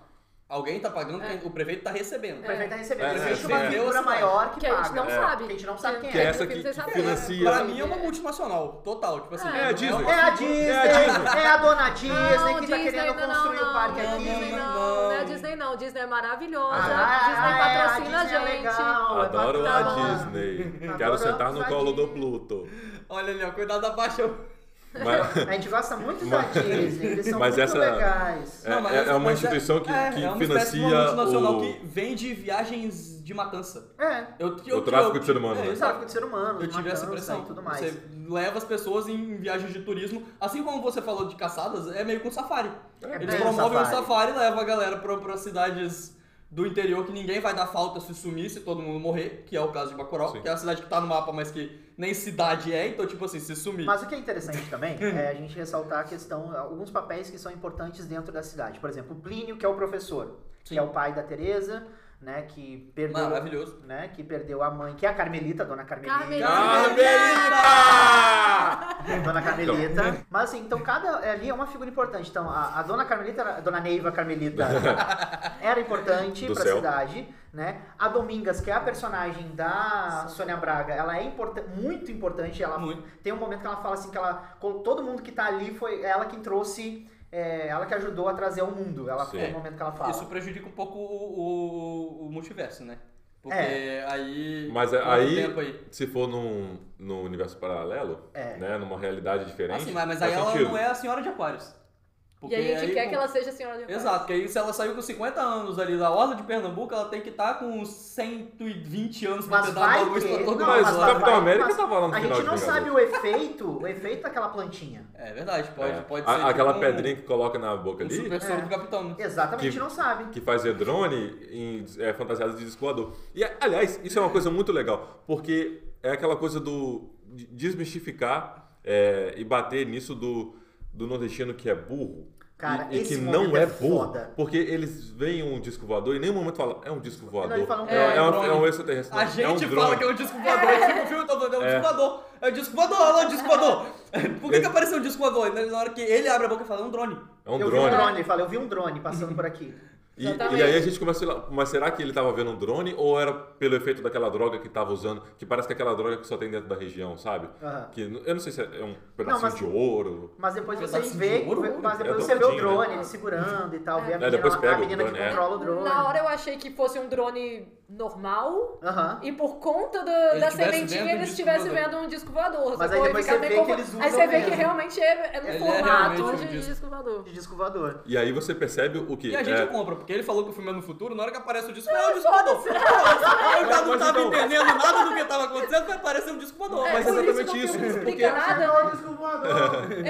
S2: Alguém tá pagando,
S3: É.
S2: quem- o prefeito tá recebendo.
S3: O prefeito tá recebendo.
S1: É,
S3: Existe
S1: é,
S3: uma
S1: sim, é.
S3: figura
S2: Essa
S3: maior que, é
S4: que a
S3: paga.
S4: gente não sabe.
S3: Que a gente não sabe quem
S1: Que
S3: é.
S1: é essa que,
S4: Vocês
S1: que
S4: sabem,
S1: financia.
S2: né? Pra mim é uma multinacional, total. Tipo assim,
S4: É,
S2: não
S1: a Disney.
S2: uma-
S3: É a Disney,
S1: É a Disney.
S3: é a dona Disney
S4: Não,
S3: que tá
S4: Disney,
S3: querendo
S4: não,
S3: construir
S4: não,
S3: o parque
S4: não,
S3: aqui.
S4: Disney não, não é Disney não, Disney é maravilhosa,
S3: Ah,
S4: Disney
S3: é, a
S4: patrocina a
S3: Disney é
S4: gente.
S3: legal, é
S1: Adoro a
S3: bacana.
S1: Disney. Quero
S3: Adoramos
S1: sentar no
S3: a
S1: colo do Pluto.
S2: Olha ali, ó, cuidado da paixão.
S1: Mas,
S3: A gente gosta muito
S1: Mas-
S3: da Disney, eles são
S1: mas
S3: muito
S1: essa
S3: legais.
S1: é,
S2: Não, mas
S1: é- é uma
S2: mas
S1: instituição que,
S2: é,
S1: que
S2: é uma espécie de uma
S1: financia
S2: multinacional
S1: o,
S2: que vende viagens de matança.
S3: É,
S2: Eu, eu,
S1: o tráfico de ser humano.
S2: é,
S1: né?
S3: o tráfico de ser humano,
S2: Eu tive essa impressão.
S3: e tudo mais.
S2: Você leva as pessoas em viagens de turismo, assim como você falou de caçadas, é meio com safari. Eles
S1: É,
S3: bem
S2: promovem
S3: um safari.
S2: o safari e levam a galera pra, pra cidades do interior que ninguém vai dar falta se sumir, se todo mundo morrer, que é o caso de Bacurau,
S1: Sim.
S2: que é uma cidade que tá no mapa, mas que nem cidade é, então tipo assim, se sumir.
S3: Mas o que é interessante
S2: (laughs)
S3: também é a gente ressaltar a questão, alguns papéis que são importantes dentro da cidade. Por exemplo, o Plínio, que é o professor,
S2: Sim.
S3: que é o pai da Tereza, né, que perdeu,
S2: Maravilhoso.
S3: né, que perdeu a mãe, que é a Carmelita, a dona Carmelita.
S4: Carmelita.
S1: Carmelita!
S3: Dona Carmelita.
S1: né?
S3: Mas assim, então cada ali é uma figura importante. Então, a, a Dona Carmelita, era- a Dona
S1: (laughs)
S3: Neiva Carmelita era importante
S1: Do
S3: pra
S1: céu.
S3: cidade, né? A Domingas, que é a personagem da Sônia Braga, ela é importan- muito importante. Ela
S2: Muito.
S3: tem um momento que ela fala assim que ela. com- Todo mundo que tá ali foi ela que trouxe. é, ela que ajudou a trazer o mundo. Ela
S1: Sim.
S3: foi o momento que ela fala.
S2: Isso prejudica um pouco o, o- o multiverso, né? Porque
S3: É.
S2: aí.
S1: Mas
S2: quanto
S1: aí,
S2: tempo aí.
S1: se for num, num universo paralelo,
S3: É.
S1: né, numa realidade diferente,
S2: Assim, mas, mas aí
S1: faz
S2: ela
S1: sentido.
S2: não é a senhora de Aquários.
S4: E a gente
S2: aí,
S4: quer
S2: pô,
S4: que ela seja assim, senhora de Aquário.
S2: Exato, porque aí se ela saiu com 50 anos ali da Orla de Pernambuco, ela tem que estar com uns 120 anos pra
S3: Mas
S2: tentar dar
S3: vai
S2: uma luz pra
S3: que-
S2: todo
S3: não,
S2: mundo.
S1: Mas
S3: mas
S1: o
S2: lá.
S3: vai-
S1: Capitão América
S3: mas
S1: tava lá no
S3: A
S1: é um final
S3: gente
S1: de
S3: não
S1: Vingadores.
S3: sabe o efeito, o efeito daquela plantinha.
S2: É verdade, pode,
S1: É.
S2: pode
S1: A-
S2: ser.
S1: Aquela
S2: tipo um-
S1: pedrinha que coloca na boca
S2: um
S1: ali, É.
S2: super soro do capitão. né?
S3: Exatamente, a gente
S1: Que-
S3: não sabe.
S1: que fazia drone em, é, fantasiado de descoador. E, aliás, isso é uma coisa muito legal, porque é aquela coisa do de desmistificar é, e bater nisso do, do nordestino que é burro.
S3: Cara,
S1: e, e
S3: esse
S1: que
S3: momento
S1: não
S3: é
S1: é burro.
S3: foda.
S1: Porque eles veem um disco voador e em nenhum momento falam, é um disco voador.
S3: Não, ele fala um
S1: é, é,
S3: drone.
S1: um- é um extraterrestre.
S2: A
S1: não,
S2: gente
S1: é um
S2: fala
S1: drone.
S2: que é um disco voador, a gente viu, tá falando, é um
S1: É.
S2: disco voador. É um disco voador, olha lá o disco voador. (laughs) Por que, que apareceu um disco voador? E Na hora que ele abre a boca e fala, é um drone.
S1: É um
S3: eu
S1: drone.
S3: vi um drone, ele fala, eu vi um drone passando por
S1: (laughs)
S3: aqui.
S1: E, e aí a gente começa a falar, mas será que ele tava vendo um drone ou era pelo efeito daquela droga que tava usando, que parece que é aquela droga que só tem dentro da região, sabe?
S3: Aham.
S1: Que n- eu não sei se é um pedacinho
S3: mas-
S1: de ouro.
S3: Mas depois você
S2: Pedaço de
S3: vê,
S2: ouro?
S3: mas
S1: É,
S3: depois você vê o
S1: todinho, né?
S3: drone, ele segurando e tal, vê a
S1: É,
S3: menina,
S1: depois
S3: a
S1: pega o
S3: menina
S1: drone,
S3: que
S1: é.
S3: controla o drone.
S4: Na hora eu achei que fosse um drone normal.
S3: Aham.
S4: E por conta da,
S3: Ele
S4: da
S3: tivesse
S4: sementinha,
S3: vendo um
S4: eles
S3: disco
S4: estivessem
S3: voador.
S4: vendo um disco voador.
S3: Mas aí
S4: sacou? E
S3: depois
S4: ficar
S3: você
S4: bem
S3: vê que
S4: confu-
S3: eles usam
S4: Aí você vê
S3: mesmo.
S4: que realmente é, é no
S2: Ele é
S4: formato
S2: realmente um
S4: de
S2: disco.
S4: disco voador.
S3: De disco voador.
S1: E aí você percebe o que?
S2: E a gente
S1: é,
S2: compra, porque ele falou que o filme é no futuro, na hora que aparece o disco, é um disco voador. Eu já não
S1: Mas
S2: tava
S1: então-
S2: entendendo nada do que tava acontecendo, vai aparecer um disco voador.
S4: É,
S1: mas
S4: por
S1: exatamente
S4: que
S1: isso,
S4: o filme não
S1: porque-
S4: explica nada. né?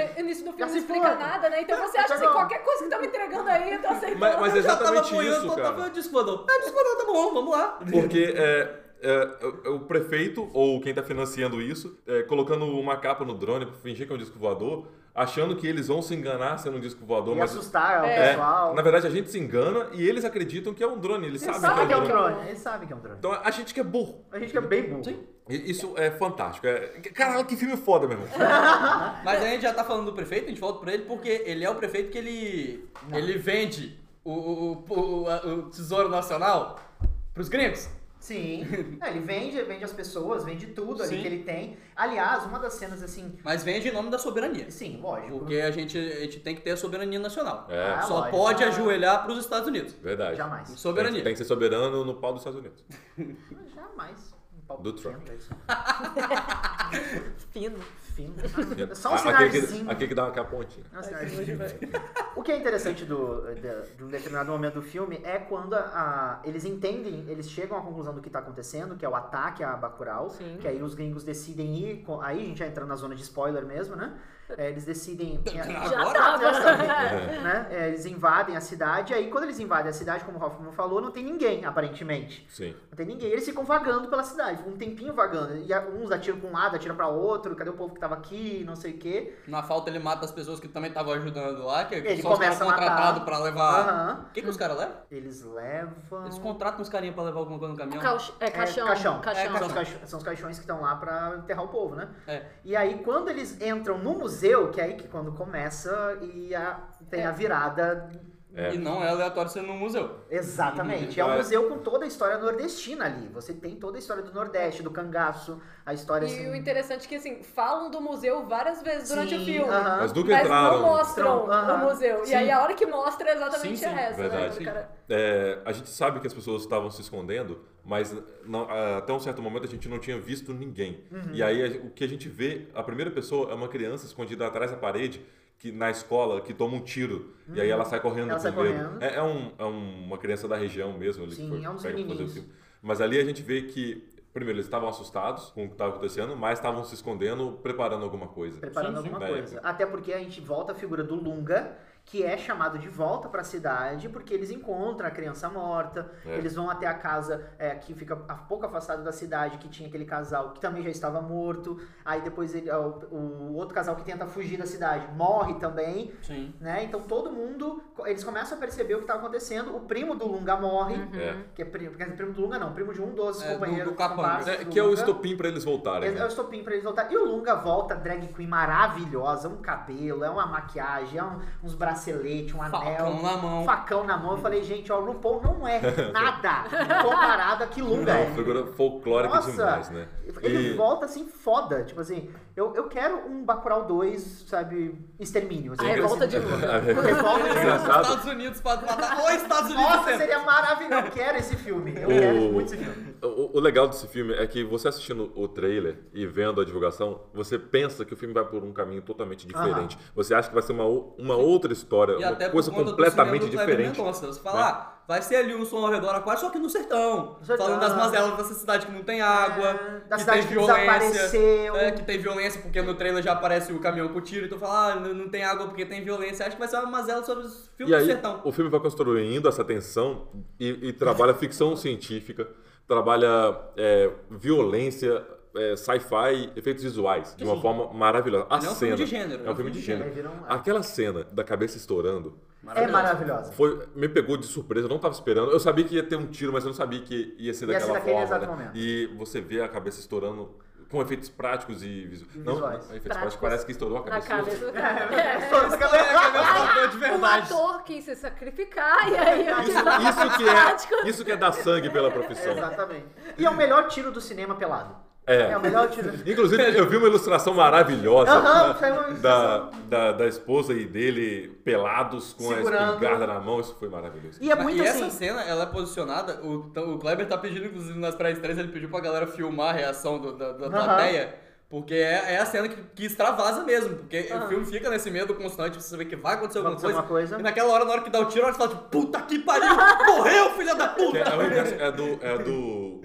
S1: É.
S4: É, O início do
S3: Já
S4: filme
S3: se
S4: não explica
S3: foi.
S4: nada, né? Então você acha assim, qualquer coisa que tá me entregando aí, eu tô aceitando.
S1: Mas- mas
S2: Eu já tava
S1: exatamente
S2: apoiando,
S1: isso,
S2: só
S1: cara.
S2: tava vendo o disco voador. É, disco voador, tá bom, vamos lá.
S1: Porque é, é, o- o prefeito, ou quem tá financiando isso, é, colocando uma capa no drone pra fingir que é um disco voador, achando que eles vão se enganar sendo um disco voador.
S3: E
S1: mas-
S3: assustar o
S1: É,
S3: pessoal.
S1: na verdade a gente se engana e eles acreditam que é um drone, eles
S3: Ele
S1: sabem
S3: sabe que é um
S1: drone.
S3: drone, ele sabe que é um drone.
S1: Então a gente que é burro.
S3: A gente que é bem burro.
S1: E Isso é fantástico. É... Caralho, que filme foda, meu irmão.
S3: (laughs)
S2: Mas a gente já tá falando do prefeito, a gente volta pra ele, porque ele é o prefeito que ele. Ele vende o, o, o, o- a- o Tesouro Nacional pros gringos.
S3: Sim. É, ele vende, vende as pessoas, vende tudo ali
S2: Sim.
S3: que ele tem. Aliás, uma das cenas assim.
S2: Mas vende em nome da soberania.
S3: Sim, lógico.
S2: Porque a gente, a gente tem que ter a soberania nacional.
S1: É. Ah,
S2: Só
S3: lógico.
S2: pode ajoelhar pros Estados Unidos.
S1: Verdade.
S3: Jamais.
S2: Soberania.
S1: Tem, tem que ser soberano no pau dos Estados Unidos.
S3: Jamais. Um pau
S1: Do
S3: pequeno
S1: Trump.
S3: desse.
S4: Fino.
S3: (laughs) Fino. É (laughs) Só um
S1: A- aquele,
S3: sinalzinho.
S1: que, aquele que dá uma
S2: (laughs)
S1: capontinha.
S3: É um sinalzinho. O que é interessante do, de, de um determinado momento do filme é quando a- a- eles entendem, eles chegam à conclusão do que está acontecendo, que é o ataque a Bacurau,
S4: Sim.
S3: que aí os gringos decidem ir, com- aí a gente já entra na zona de spoiler mesmo, né? É, eles decidem...
S4: Já
S3: Já
S4: tava.
S3: sabia, né? É, eles invadem a cidade, aí quando eles invadem a cidade, como o Hoffman falou, não tem ninguém, aparentemente.
S1: Sim.
S3: Não tem ninguém. Eles ficam vagando pela cidade, ficam um tempinho vagando. E a- uns atiram pra um lado, atiram pra outro, cadê o povo que tava aqui, não sei o quê.
S2: Na falta ele mata as pessoas que também estavam ajudando lá, que
S3: Ele
S2: só os caras
S3: começa a matar.
S2: contratados pra levar.
S3: Aham.
S2: O que, que os caras levam?
S3: Eles levam.
S2: Ah. Eles contratam os carinha pra levar alguma coisa no caminhão.
S4: Cauch- É caixão.
S3: É, caixão.
S4: Caixão.
S2: É,
S3: São, os caixões, são os caixões que estão lá pra enterrar o povo, né?
S2: É.
S3: E aí, quando eles entram no museu, que é aí que quando começa e a- tem a virada.
S1: É.
S2: E não é aleatório ser num museu.
S3: Exatamente. É
S1: Ah,
S3: um
S1: é.
S3: museu com toda a história nordestina ali. Você tem toda a história do Nordeste, do cangaço, a história
S4: E o
S3: assim.
S4: interessante é que, assim, falam do museu várias vezes durante
S3: Sim,
S4: o filme.
S3: aham.
S1: Mas nunca
S4: Mas
S1: entraram.
S4: não mostram
S3: Então, aham.
S4: o museu.
S2: Sim.
S4: E aí a hora que mostra é exatamente
S2: Sim, sim,
S4: essa,
S1: verdade.
S4: né? do cara-
S1: É, a gente sabe que as pessoas estavam se escondendo, mas não- ah, até um certo momento a gente não tinha visto ninguém.
S3: Uhum.
S1: E aí a- o que a gente vê, a primeira pessoa é uma criança escondida atrás da parede que na escola que toma um tiro e aí ela sai correndo
S3: Uhum. Ela
S1: com
S3: sai
S1: medo.
S3: correndo.
S1: É, é um- é uma criança da região mesmo ali
S3: Sim,
S1: que foi
S3: é um dos
S1: pega pra fazer o
S3: menininhos.
S1: filme. Mas ali a gente vê que primeiro eles estavam assustados com o que estava acontecendo, mas estavam se escondendo, preparando alguma coisa. É,
S3: preparando
S1: Sim, sim.
S3: alguma
S1: Na
S3: coisa. Até porque a gente volta à figura do Lunga, que é chamado de volta pra cidade porque eles encontram a criança morta.
S1: É.
S3: Eles vão até a casa é, que fica a pouco afastada da cidade, que tinha aquele casal que também já estava morto. Aí depois ele- o, o outro casal que tenta fugir da cidade morre também,
S2: Sim.
S3: né? Então todo mundo eles começam a perceber o que está acontecendo. O primo do Lunga morre,
S1: É.
S3: que é primo, quer dizer, primo do Lunga não, primo de um dos
S2: Uhum. É, do-
S3: companheiros
S2: do capanga.
S3: comparsos
S1: É,
S3: do
S1: que é o
S3: Lunga.
S1: estopim pra eles voltarem.
S3: É,
S1: né?
S3: é o estopim pra eles voltarem. E o Lunga volta, drag queen maravilhosa, um cabelo, é uma maquiagem, é um- uns braceletes, um anel.
S2: Facão na
S3: Um
S2: mão.
S3: facão na mão, eu falei, gente, ó, o RuPaul
S2: (laughs)
S3: não é nada comparado a que Lunga
S1: Não,
S3: é.
S1: figura folclórica
S3: Nossa.
S1: demais,
S3: (laughs)
S1: né?
S3: Ele
S1: E-
S3: volta assim, foda. Tipo assim, eu, eu quero um Bacurau 2, sabe, extermínio.
S2: É
S3: assim,
S4: A revolta de Lunga.
S1: A
S3: Revolta
S2: (laughs)
S3: de Lunga.
S2: Os
S1: Engraçado.
S2: Estados Unidos pra matar os Estados Unidos.
S3: Nossa,
S2: sempre.
S3: seria maravilhoso. Eu quero esse filme. Eu quero
S1: O-
S3: muito esse filme.
S1: O, o legal desse filme é que você assistindo o trailer e vendo a divulgação, você pensa que o filme vai por um caminho totalmente diferente. Você acha que vai ser uma, o- uma outra história,
S2: E
S1: uma
S2: até por
S1: coisa
S2: conta do
S1: completamente
S2: cinema do Kleber
S1: diferente. né?
S2: Mendonça. Você fala, ah, vai ser ali um som ao redor aquático, só que no sertão.
S3: No sertão. É,
S2: Falando das mazelas dessa cidade que não tem água,
S3: da
S2: que
S3: cidade
S2: tem
S3: que
S2: violência.
S3: desapareceu.
S2: é, que tem violência, porque no trailer já aparece o caminhão com tiro, então fala, ah, não, não tem água porque tem violência. Acho que vai ser uma mazela sobre os
S1: E
S2: filmes do
S1: aí,
S2: (laughs) sertão.
S1: o filme vai construindo essa tensão e, e trabalha ficção científica, trabalha é, violência, é, sci-fi, efeitos visuais, de uma
S2: Sim.
S1: forma maravilhosa. A
S2: Ele é um
S1: cena,
S2: filme de gênero,
S1: É um filme de gênero.
S2: Ah,
S1: Aquela cena da cabeça estourando.
S3: Maravilhosa. É maravilhosa.
S1: Foi, me pegou de surpresa, eu não tava esperando. Eu sabia que ia ter um tiro, mas eu não sabia que ia ser
S3: Ia ser
S1: daquela
S3: daquele
S1: forma.
S3: exato
S1: né?
S3: momento.
S1: E você vê a cabeça estourando com efeitos práticos e visu... Não, não,
S3: Visuais.
S1: efeitos práticos
S4: Práticos.
S1: parece que estourou a
S4: Na
S1: cabeça.
S4: cabeça do cara.
S3: É, estourou a cabeça.
S4: Ai,
S1: de
S2: é
S1: verdade.
S4: O ator quis se sacrificar e aí... eu
S3: Isso-
S4: tava
S1: Isso que
S4: prático.
S1: é, isso que é dar sangue pela profissão.
S3: Exatamente. E é o melhor tiro do cinema pelado.
S1: É.
S3: É o melhor tiro.
S1: Inclusive, eu vi uma ilustração maravilhosa
S3: Aham,
S1: da,
S3: saiu uma
S1: da, da, da esposa e dele pelados com a
S3: Segurando.
S1: espingarda na mão. Isso foi maravilhoso.
S3: é
S2: Mas- e
S3: assim,
S2: essa cena, ela é posicionada. O, então, o Kleber tá pedindo, inclusive, nas pré-estreias, ele pediu pra galera filmar a reação do- da, da
S3: Aham.
S2: plateia. Porque é, é a cena que, que extravasa mesmo. Porque
S3: Aham.
S2: o filme fica nesse medo constante pra você saber que vai acontecer alguma
S3: acontecer
S2: coisa,
S3: alguma coisa.
S2: E naquela hora, na hora que dá o tiro, ela fala tipo, puta que pariu! Morreu, filha da puta!
S1: É,
S3: (laughs)
S1: é o inverso, é do, é do,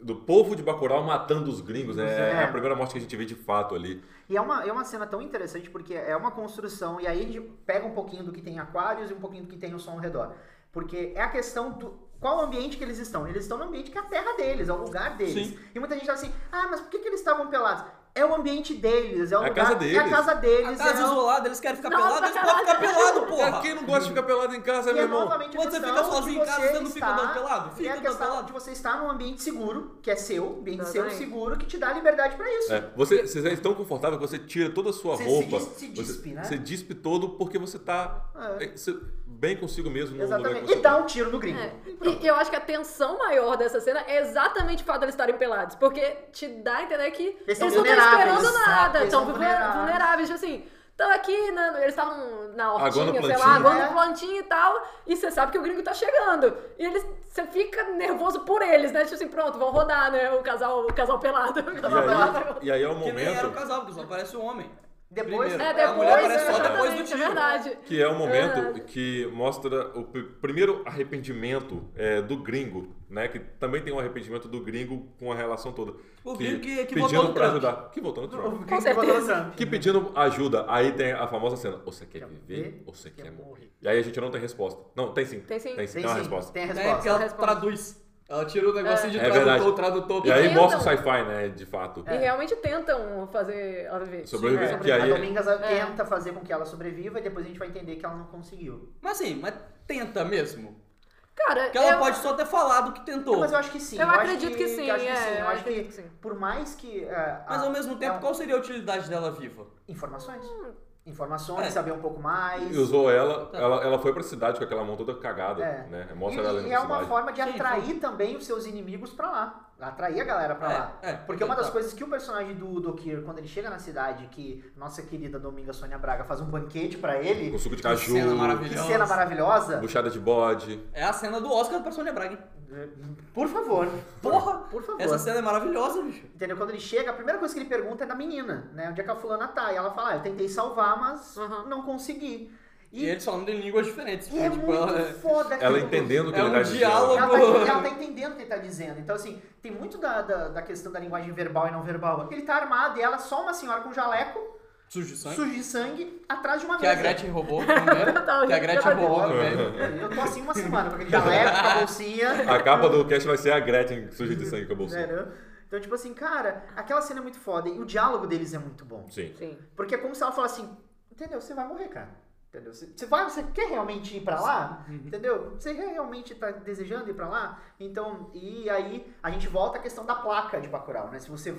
S1: do povo de Bacurau matando os gringos, né? É,
S3: É.
S1: a primeira morte que a gente vê de fato ali.
S3: E é uma, é uma cena tão interessante porque é uma construção, e aí a gente pega um pouquinho do que tem em Aquarius e um pouquinho do que tem o som ao redor. Porque é a questão do. Qual ambiente que eles estão? Eles estão no ambiente que é a terra deles, é o lugar deles.
S1: Sim.
S3: E muita gente fala assim: ah, mas por que, que eles estavam pelados? É o ambiente deles, é o
S1: É a
S3: lugar.
S1: casa
S3: É
S1: deles.
S3: a casa deles.
S2: A casa
S3: é o-
S2: isolada, eles querem ficar
S3: Nossa,
S2: pelados, eles podem ficar
S3: caralho.
S2: pelados, porra!
S1: É, Quem não gosta de ficar pelado em casa,
S3: E
S1: meu
S3: é
S1: irmão?
S3: novamente a
S2: Quando você
S3: questão
S2: fica
S3: de
S2: sozinho em casa,
S3: você
S2: você não fica
S3: estar-
S2: andando pelado? Fica
S3: é a
S2: andando
S3: questão
S2: pelado.
S3: de você estar num ambiente seguro, que é seu, ambiente seu,
S4: Exatamente.
S3: seguro, que te dá liberdade pra isso.
S1: É, você, você é tão confortável que você tira toda a sua
S3: Você se
S1: roupa.
S3: dis- se dispe,
S1: você,
S3: né?
S1: você dispe todo porque você tá é, você- bem consigo mesmo no lugar que
S3: Exatamente.
S1: você tá.
S3: E dá um tiro no gringo.
S4: É. E e eu acho que a tensão maior dessa cena é exatamente o fato deles estarem pelados. Porque te dá a entender que eles,
S3: são
S4: não estão
S3: vulneráveis,
S4: esperando
S3: exato,
S4: nada.
S3: eles
S4: Estão
S3: são
S4: vulneráveis.
S3: vulneráveis.
S4: vulneráveis tipo assim, estão aqui, na, eles estavam na
S1: Agora no
S4: hortinha, sei lá,
S1: plantinho.
S4: agora
S3: É.
S4: no plantinho e tal. E você sabe que o gringo tá chegando. E eles, você fica nervoso por eles, né? Tipo assim, pronto, vão rodar, né? O casal, o casal pelado. (laughs) O
S1: E
S3: Então,
S4: casal pelado.
S1: aí, e
S3: (laughs)
S1: aí é o
S2: Que nem era o
S1: momento
S2: casal, porque só aparece o homem. Né,
S3: Depois-
S2: Primeiro.
S4: É,
S2: a mulher
S4: depois,
S2: aparece só depois do
S4: exatamente, é
S2: tiro.
S4: verdade.
S1: que é o momento
S4: É.
S1: que mostra o p- primeiro arrependimento é, do gringo, né? Que também tem um arrependimento do gringo com a relação toda.
S2: O gringo que- que votou
S1: pedindo
S2: no
S1: pra
S2: Trump.
S1: ajudar, que voltou no Trump.
S3: Quem
S4: certeza.
S3: votou no Trump?
S1: Que pedindo ajuda. Aí tem a famosa cena: você quer viver ou você quer morrer? E aí a gente não tem resposta. Não, tem sim.
S4: Tem sim.
S1: Tem sim,
S3: Tem
S1: tem uma
S3: sim,
S1: resposta.
S3: Tem a
S2: É porque
S3: resposta.
S2: ela
S4: Resposta.
S2: traduz. Ela tira o negocinho de
S1: É
S2: tradutor,
S1: verdade.
S2: tradutor.
S1: E aí
S4: tentam-
S1: mostra o sci-fi, né? De fato.
S4: E realmente tentam fazer ela viver.
S1: Sobreviver.
S4: É.
S1: que aí-
S3: A Domingas ela
S4: É.
S3: tenta fazer com que ela sobreviva e depois a gente vai entender que ela não conseguiu.
S2: Mas assim, mas tenta mesmo.
S4: Cara,
S2: Porque ela
S4: eu-
S2: pode só ter falado que tentou.
S3: Mas eu acho que sim.
S4: Eu
S3: acho
S4: acredito que sim,
S3: Eu acho que
S4: é,
S3: sim.
S4: eu
S3: Eu acho que,
S4: acredito que sim.
S3: por mais que. é,
S2: Mas
S3: a-
S2: ao mesmo
S3: é
S2: tempo,
S3: um-
S2: qual seria a utilidade dela viva?
S3: Informações.
S4: Hum.
S3: Informações,
S2: É.
S3: saber um pouco mais.
S1: E usou ela, ela, ela foi pra cidade com aquela mão toda cagada,
S3: É.
S1: né?
S3: E,
S1: Mostra ela
S3: e
S1: indo
S3: é
S1: pra
S3: uma
S1: cidade.
S3: forma de
S2: Sim,
S3: atrair também os seus inimigos pra lá. Atrair a galera pra
S2: É,
S3: lá.
S2: é,
S3: Porque uma das
S2: tá.
S3: coisas que o personagem do Dokir, quando ele chega na cidade, que nossa querida Dominga Sônia Braga faz um banquete pra
S1: Com
S3: ele,
S1: suco de
S2: Que
S1: caju,
S2: cena
S3: que
S2: maravilhosa.
S3: cena maravilhosa.
S1: buchada de bode.
S2: É a cena do Oscar pra Sônia Braga, hein?
S3: Por favor.
S2: Porra!
S3: Por favor.
S2: Essa cena é maravilhosa, bicho.
S3: Entendeu? Quando ele chega, a primeira coisa que ele pergunta é da menina, né? Onde é que a fulana tá? E ela fala, ah, eu tentei salvar, mas
S4: Aham.
S3: não consegui.
S2: E, eles falando em línguas diferentes.
S3: E é
S2: tipo,
S3: muito
S2: ela-
S3: foda
S1: Ela
S3: aquilo.
S1: entendendo que
S2: É
S1: ele
S2: um
S1: tá dizendo.
S2: diálogo.
S3: Ela tá, ela tá entendendo o que ele tá dizendo. Então, assim, tem muito da, da, da questão da linguagem verbal e não verbal. Ele tá armado e ela é só uma senhora com jaleco,
S2: Sujo de sangue.
S3: sujo de sangue, atrás de uma
S2: Que a
S3: mesa.
S2: Gretchen roubou também.
S4: Não,
S2: que a
S4: gente,
S2: Gretchen é
S4: eu tô-
S3: tá
S2: roubou também.
S3: Eu tô assim uma semana com aquele jaleco, com
S2: (laughs)
S3: a bolsinha.
S1: A capa do cast vai ser a Gretchen suja de sangue com a bolsa.
S3: entendeu? Então, tipo assim, cara, aquela cena é muito foda. E o diálogo deles é muito bom.
S1: Sim.
S4: Sim.
S3: Porque é como se ela falasse assim, entendeu? Você vai morrer, cara. Entendeu? Você, você vai, você quer realmente ir pra lá? Entendeu? Você realmente tá desejando ir pra lá? Então, e aí a gente volta à questão da placa de Bacurau, né? Se você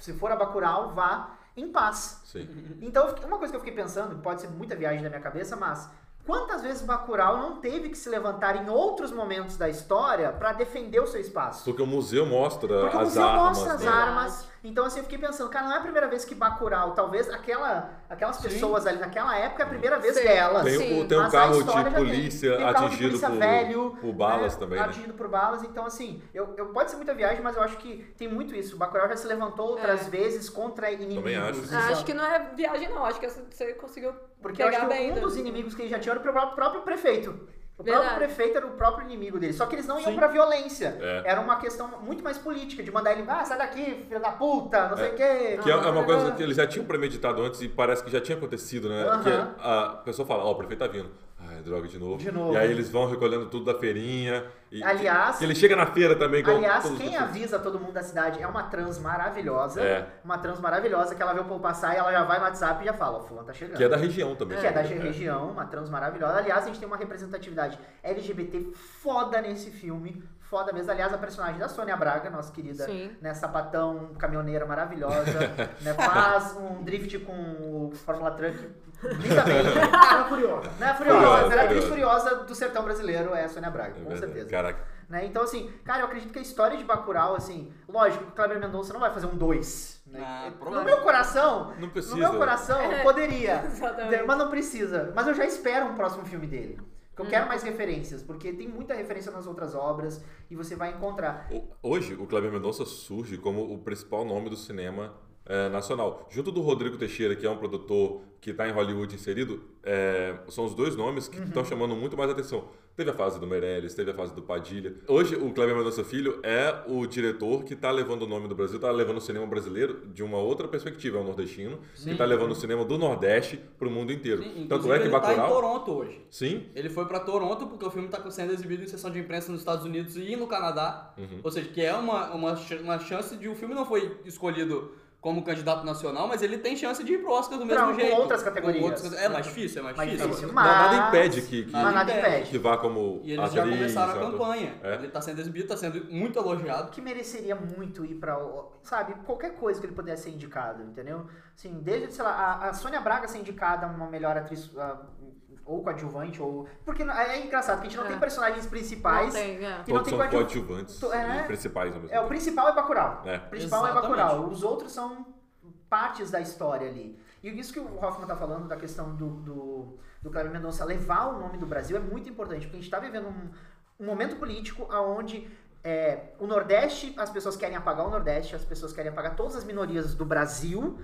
S3: se for a Bacurau, vá em paz.
S1: Sim.
S3: Então, eu fiquei- uma coisa que eu fiquei pensando, que pode ser muita viagem da minha cabeça, mas quantas vezes Bacurau não teve que se levantar em outros momentos da história pra defender o seu espaço?
S1: Porque o museu mostra
S3: Porque
S1: as
S3: o museu
S1: armas.
S3: mostra as
S1: né?
S3: armas. Então, assim, eu fiquei pensando, cara, não é a primeira vez que Bacurau, talvez aquela, aquelas pessoas ali naquela época é a primeira vez
S4: Sim.
S3: delas. Né?
S1: Tem,
S4: Sim.
S1: o- tem um
S3: Mas a
S1: carro
S3: história
S1: de
S3: já tem.
S1: polícia
S3: Tem um carro de
S1: atingido
S3: polícia
S1: por,
S3: velho,
S1: por balas
S3: né,
S1: também, né?
S3: Atingido por balas. Então, assim, eu, eu- pode ser muita viagem, mas eu acho que tem muito isso. Bacurau já se levantou outras vezes contra inimigos.
S1: acho.
S3: então.
S4: Ah, É. acho que não é viagem, não. Acho que essa você conseguiu
S3: Porque eu
S4: pegar
S3: acho que
S4: bem.
S3: um
S4: né?
S3: dos inimigos que ele já tinha era o próprio, próprio prefeito. O
S4: Verdade.
S3: próprio prefeito era o próprio inimigo dele. Só que eles não iam
S1: Sim.
S3: pra violência.
S1: É.
S3: Era uma questão muito mais política, de mandar ele, ah, sai daqui, filho da puta, não sei o quê.
S1: Que é, é uma coisa
S3: Ah.
S1: que eles já tinham premeditado antes e parece que já tinha acontecido, né?
S3: Aham.
S1: Que a pessoa fala, ó, o prefeito tá vindo. Ah, droga de novo.
S3: De novo.
S1: E aí eles vão recolhendo tudo da feirinha. E,
S3: Aliás-
S1: que ele chega na feira também. Com
S3: Aliás,
S1: todos os
S3: quem
S1: pessoas.
S3: avisa todo mundo da cidade é uma trans maravilhosa.
S1: É.
S3: Uma trans maravilhosa que ela vê o povo passar e ela já vai no WhatsApp e já fala, ó, fulano tá chegando.
S1: Que é da região também.
S3: Que é da
S1: É.
S3: região, uma trans maravilhosa. Aliás, a gente tem uma representatividade LGBT foda nesse filme. Foda mesmo. Aliás, a personagem da Sônia Braga, nossa querida,
S4: Sim.
S3: né, sapatão, caminhoneira maravilhosa,
S1: (laughs)
S3: né, faz um drift com o Fórmula Truck
S1: (laughs)
S3: lindamente.
S5: Ela é curiosa.
S3: Né, furiosa.
S1: Curiosa,
S3: Ela é a atriz
S1: curiosa.
S3: furiosa do sertão brasileiro é a Sônia Braga,
S1: É
S3: com
S1: verdade.
S3: certeza.
S1: Caraca.
S3: Né? Então, assim, cara, eu acredito que a história de Bacurau, assim, lógico, o Kleber Mendonça não vai fazer um 2. Né?
S2: Ah,
S3: no meu coração,
S1: Ah, Não precisa.
S3: no meu coração,
S4: É,
S3: poderia.
S4: (laughs) exatamente.
S3: mas não precisa. Mas eu já espero um próximo filme dele. Porque eu quero mais referências, porque tem muita referência nas outras obras e você vai encontrar.
S1: O- Hoje, o Kleber Mendonça surge como o principal nome do cinema eh, nacional. Junto do Rodrigo Teixeira, que é um produtor que está em Hollywood inserido, eh, são os dois nomes que
S2: Uhum.
S1: estão chamando muito mais atenção. Teve a fase do Meirelles, teve a fase do Padilha. Hoje, o Kleber Mendonça Filho é o diretor que está levando o nome do Brasil, está levando o cinema brasileiro de uma outra perspectiva. É um nordestino que
S2: Sim.
S1: está levando o cinema do Nordeste para o mundo inteiro.
S2: Sim,
S1: Tanto
S2: inclusive
S1: é que
S2: ele tá em
S1: Bacurau...
S2: Toronto hoje.
S1: Sim,
S2: Ele foi pra Toronto porque o filme tá sendo exibido em sessão de imprensa nos Estados Unidos e no Canadá.
S1: Uhum.
S2: Ou seja, que é uma, uma, ch- uma chance de o filme não foi escolhido como candidato nacional, mas ele tem chance de ir pro Oscar do mesmo
S3: Pra- com
S2: jeito.
S3: outras categorias.
S2: outras- é mais difícil, é mais,
S3: Mais
S2: difícil.
S3: difícil,
S1: mas nada impede que, que,
S3: mas nada impede.
S1: que vá como
S2: E eles já
S1: atriz,
S2: começaram a
S1: ator.
S2: campanha.
S1: É.
S2: Ele tá sendo exibido, tá sendo muito elogiado.
S3: que mereceria muito ir pra. Sabe, qualquer coisa que ele pudesse ser indicado, entendeu? Assim, desde, sei lá, a, a Sônia Braga ser indicada uma melhor atriz. ah, ou coadjuvante, ou. Porque é engraçado, que a gente não
S4: É.
S3: tem personagens principais.
S4: Não tem, é.
S3: E
S1: Todos
S3: não
S1: são
S3: tem coadju-
S1: coadjuvantes
S3: To- é, né?
S1: e principais ao mesmo
S3: É, o
S1: tempo.
S3: principal é Bacurau.
S1: É.
S3: O principal é
S2: Exatamente.
S3: Bacurau. Os outros são partes da história ali. E isso que o Hoffman tá falando da questão do, do, do Cláudio Mendonça levar o nome do Brasil é muito importante, porque a gente tá vivendo um, um momento político onde o Nordeste, as pessoas querem apagar o Nordeste, as pessoas querem apagar todas as minorias do Brasil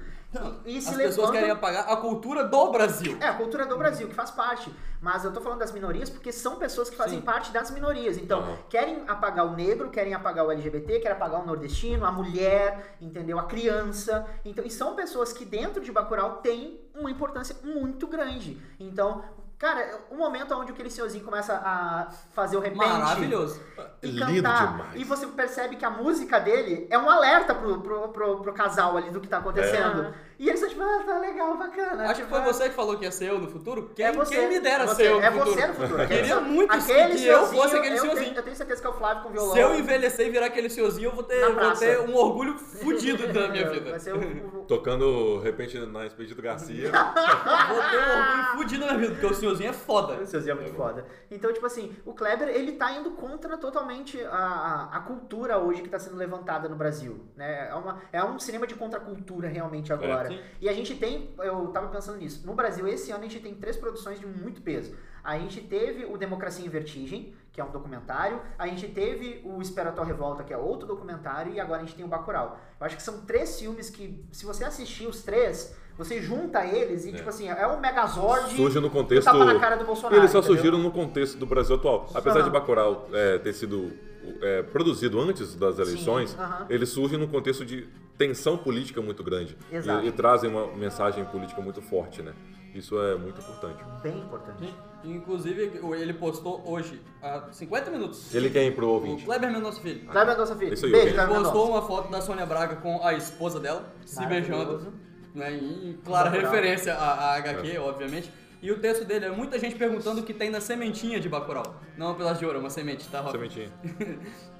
S3: e, e se
S2: As pessoas
S3: levantam...
S2: querem apagar a cultura do Brasil.
S3: É, a cultura do Brasil, que faz parte. Mas eu tô falando das minorias porque são pessoas que fazem
S2: Sim.
S3: parte das minorias. Então,
S1: Aham.
S3: querem apagar o negro, querem apagar o LGBT, querem apagar o nordestino, a mulher, entendeu? A criança. Então, e são pessoas que dentro de Bacurau têm uma importância muito grande. Então, cara, o momento onde aquele senhorzinho começa a fazer o repente
S2: Maravilhoso.
S3: e
S1: É Lindo
S3: cantar.
S1: demais.
S3: E você percebe que a música dele é um alerta pro, pro, pro, pro casal ali do que tá acontecendo.
S4: É.
S3: E eles estão tipo, ah, tá legal, bacana. "Ah,
S2: Acho que foi você que falou que ia ser eu no futuro. Quem,
S3: É você.
S2: quem me dera
S3: Você-
S2: ser eu no
S3: é
S2: futuro.
S3: você no futuro. Aquele
S2: Queria
S3: seu-
S2: muito
S3: Aquele
S2: que eu
S3: senhorzinho,
S2: fosse aquele
S3: eu tenho-
S2: senhorzinho.
S3: Eu tenho certeza que é o Flávio com violão.
S2: Se eu envelhecer e virar aquele senhorzinho, eu vou ter,
S3: Na
S2: eu vou
S3: praça.
S2: ter um orgulho fudido da minha vida.
S3: Vai ser o, o-
S1: Tocando, de repente, na Expedito Garcia.
S3: (laughs)
S2: Eu Vou ter um orgulho fudido na minha vida, porque o senhorzinho é foda.
S3: o senhorzinho é muito foda. Então, tipo assim, o Kleber, ele tá indo contra totalmente a, a, a cultura hoje que tá sendo levantada no Brasil. Né? É, uma, é um cinema de contracultura realmente agora.
S2: sim.
S3: e a gente tem, eu tava pensando nisso, no Brasil esse ano a gente tem três produções de muito peso. A gente teve o Democracia em Vertigem, que é um documentário, a gente teve o Espera a Tua Revolta, que é outro documentário, e agora a gente tem o Bacurau. Eu acho que são três filmes que, se você assistir os três, você junta eles e,
S1: É.
S3: tipo assim, é o Megazord
S1: Surge no
S3: do
S1: contexto...
S3: tapa na cara do Bolsonaro.
S1: Eles só
S3: entendeu?
S1: surgiram no contexto do Brasil atual. Apesar de Bacurau é, ter sido é, produzido antes das eleições,
S3: aham.
S1: ele surge num contexto de tensão política muito grande.
S3: Exato.
S1: E, e trazem uma mensagem política muito forte, né? Isso é muito importante.
S3: Bem importante.
S2: Inclusive, ele postou hoje, há 50 minutos.
S1: Ele quer ir pro
S2: O
S1: ouvinte.
S2: Kleber Mendonça Filho.
S3: Cleber Mendonça Filho.
S1: Isso aí,
S3: Beijo,
S1: ok.
S3: Cleber
S2: Postou
S3: Mendonça.
S2: uma foto da Sônia Braga com a esposa dela, se
S3: Maravilhoso.
S2: beijando. Né, em clara
S3: Bacurau.
S2: referência à, à HQ,
S1: É.
S2: obviamente. E o texto dele é muita gente perguntando o que tem na sementinha de Bacurau. Não é um pedaço de ouro, é uma semente, tá, Rob?
S1: Sementinha.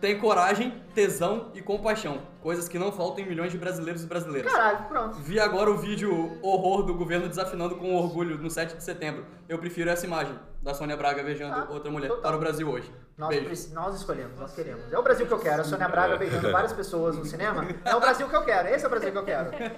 S2: Tem coragem, tesão e compaixão. Coisas que não faltam em milhões de brasileiros e brasileiras.
S3: Caralho, pronto.
S2: Vi agora o vídeo horror do governo desafinando com orgulho no 7 de setembro. Eu prefiro essa imagem da Sônia Braga beijando
S3: Tá,
S2: outra mulher
S3: total.
S2: para o Brasil hoje.
S3: Nós,
S2: Beijo.
S3: preci- nós escolhemos, nós queremos. É o Brasil que eu quero. A Sônia Braga beijando várias pessoas no cinema. É o Brasil que eu quero. Esse é o Brasil que eu quero. Entendeu?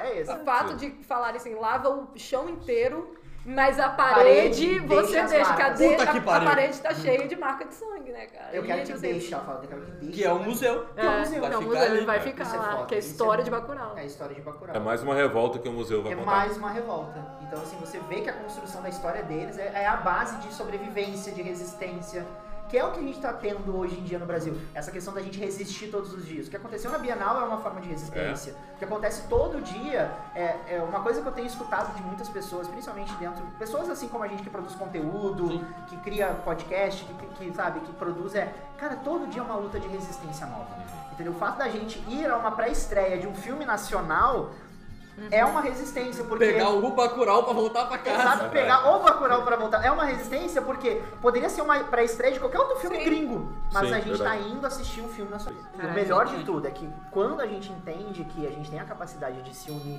S3: É esse.
S4: O fato de falarem assim, lava o chão inteiro, mas a
S3: Parede,
S4: parede, você
S3: deixa as
S4: deixa.
S3: marcas.
S4: Cadê?
S2: Puta que
S4: a, a
S2: pariu.
S4: parede tá cheia de marca de sangue, né, cara?
S3: Eu quero
S4: E,
S3: que
S4: assim,
S3: deixe, ela fala. Eu quero que deixe.
S2: Que é um museu.
S4: É, que é
S2: Vai
S4: um
S2: ficar
S4: museu,
S2: ali.
S4: vai ficar
S3: Isso é
S4: lá,
S3: foda,
S4: que é a
S3: isso é
S4: história de
S3: foda.
S4: Bacurau.
S3: É a história de Bacurau.
S1: É mais uma revolta que o museu vai
S3: É
S1: contar.
S3: mais uma revolta. Então, assim, você vê que a construção da história deles é, é a base de sobrevivência, de resistência. que é o que a gente tá tendo hoje em dia no Brasil. Essa questão da gente resistir todos os dias. O que aconteceu na Bienal é uma forma de resistência.
S1: É.
S3: O que acontece todo dia é, é uma coisa que eu tenho escutado de muitas pessoas, principalmente dentro. Pessoas assim como a gente que produz conteúdo, que cria podcast, que, que, sabe, que produz. É, cara, todo dia é uma luta de resistência nova. Entendeu? O fato da gente ir a uma pré-estreia de um filme nacional é uma resistência, porque.
S2: Pegar o Bacurau pra voltar pra casa.
S3: Exato, pegar o Bacurau pra voltar. É uma resistência porque poderia ser uma pré-estreia de qualquer outro filme gringo. Mas
S1: Sim,
S3: a gente
S1: verdade.
S3: tá indo assistir um filme nacional. O
S2: Caraca,
S3: melhor de
S2: gente.
S3: tudo é que quando a gente entende que a gente tem a capacidade de se unir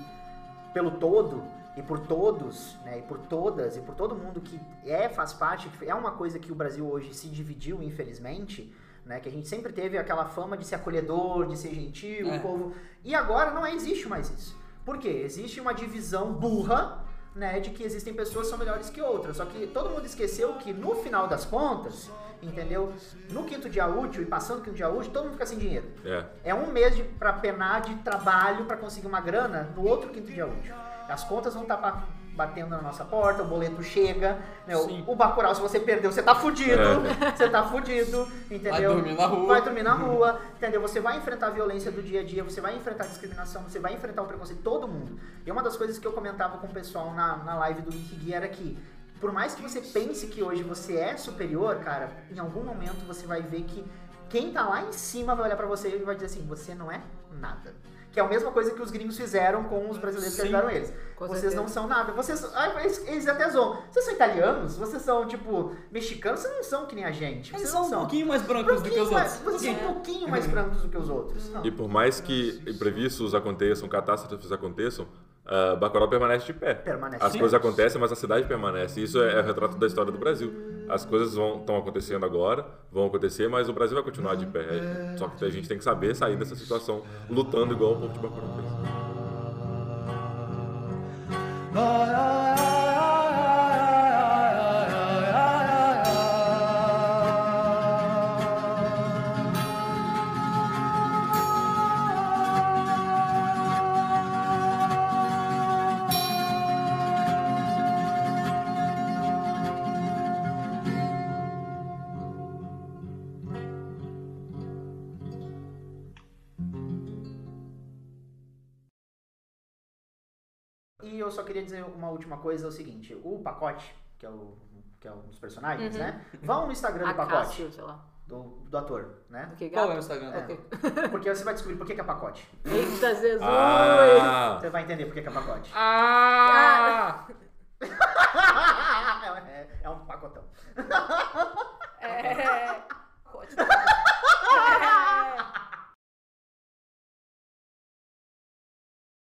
S3: pelo todo e por todos, né, e por todas, e por todo mundo que é, faz parte, que é uma coisa que o Brasil hoje se dividiu, infelizmente, né, que a gente sempre teve aquela fama de ser acolhedor, de ser gentil,
S2: É.
S3: o povo... E agora não existe mais isso. Por quê? Existe uma divisão burra, né, de que existem pessoas que são melhores que outras, só que todo mundo esqueceu que no final das contas, entendeu? No quinto dia útil e passando o quinto dia útil, todo mundo fica sem dinheiro.
S1: É.
S3: É um mês de, pra penar de trabalho pra conseguir uma grana no outro quinto dia útil. As contas vão estar batendo na nossa porta, o boleto chega, né?
S2: Sim.
S3: O, o Bacurau, se você perdeu, você tá fudido,
S1: É.
S3: você tá fudido, entendeu?
S2: dormir na rua.
S3: Vai dormir na rua, entendeu? Você vai enfrentar a violência do dia a dia, você vai enfrentar a discriminação, você vai enfrentar o preconceito, todo mundo. E uma das coisas que eu comentava com o pessoal na, na live do Wikigui era que por mais que você pense que hoje você é superior, cara, em algum momento você vai ver que quem tá lá em cima vai olhar pra você e vai dizer assim, você não é nada. Que é a mesma coisa que os gringos fizeram com os brasileiros que
S2: Sim,
S3: ajudaram eles.
S10: com
S3: Vocês
S10: certeza.
S3: não são nada. Vocês. Ai, eles, eles até zoam. Vocês são italianos? Vocês são, tipo, mexicanos? Vocês não são que nem a gente.
S2: Eles
S3: Vocês
S2: são
S3: não
S2: um
S3: são.
S2: pouquinho mais
S3: Um
S2: brancos do que
S3: pouquinho
S2: os
S3: mais,
S2: outros. É.
S3: vocês são um pouquinho mais brancos do que os outros. Não.
S1: E por mais que imprevistos aconteçam, catástrofes aconteçam, ah, Bacurau permanece de pé.
S3: Permanece.
S1: As
S3: Sim.
S1: coisas acontecem, mas a cidade permanece. Isso é, é o retrato da história do Brasil. As coisas estão acontecendo agora, vão acontecer, mas o Brasil vai continuar de pé. É, Só que a gente tem que saber sair dessa situação, lutando igual o povo de Bacurau fez.
S3: E eu só queria dizer uma última coisa, é o seguinte, o pacote, que é o que é um dos personagens,
S10: Uhum.
S3: né? Vão no Instagram do
S10: A
S3: pacote
S10: Cássio, sei lá.
S3: do, do ator, né?
S10: Do que
S2: Qual é (laughs) o
S10: gato?
S2: Instagram?
S3: É. Porque você vai descobrir por que, que é pacote.
S10: Eita, Jesus!
S1: Ah!
S3: Você vai entender por que, que
S2: (laughs)
S3: é pacote. (laughs)
S2: Ah!
S3: é, é um pacotão.
S4: É.
S2: (laughs)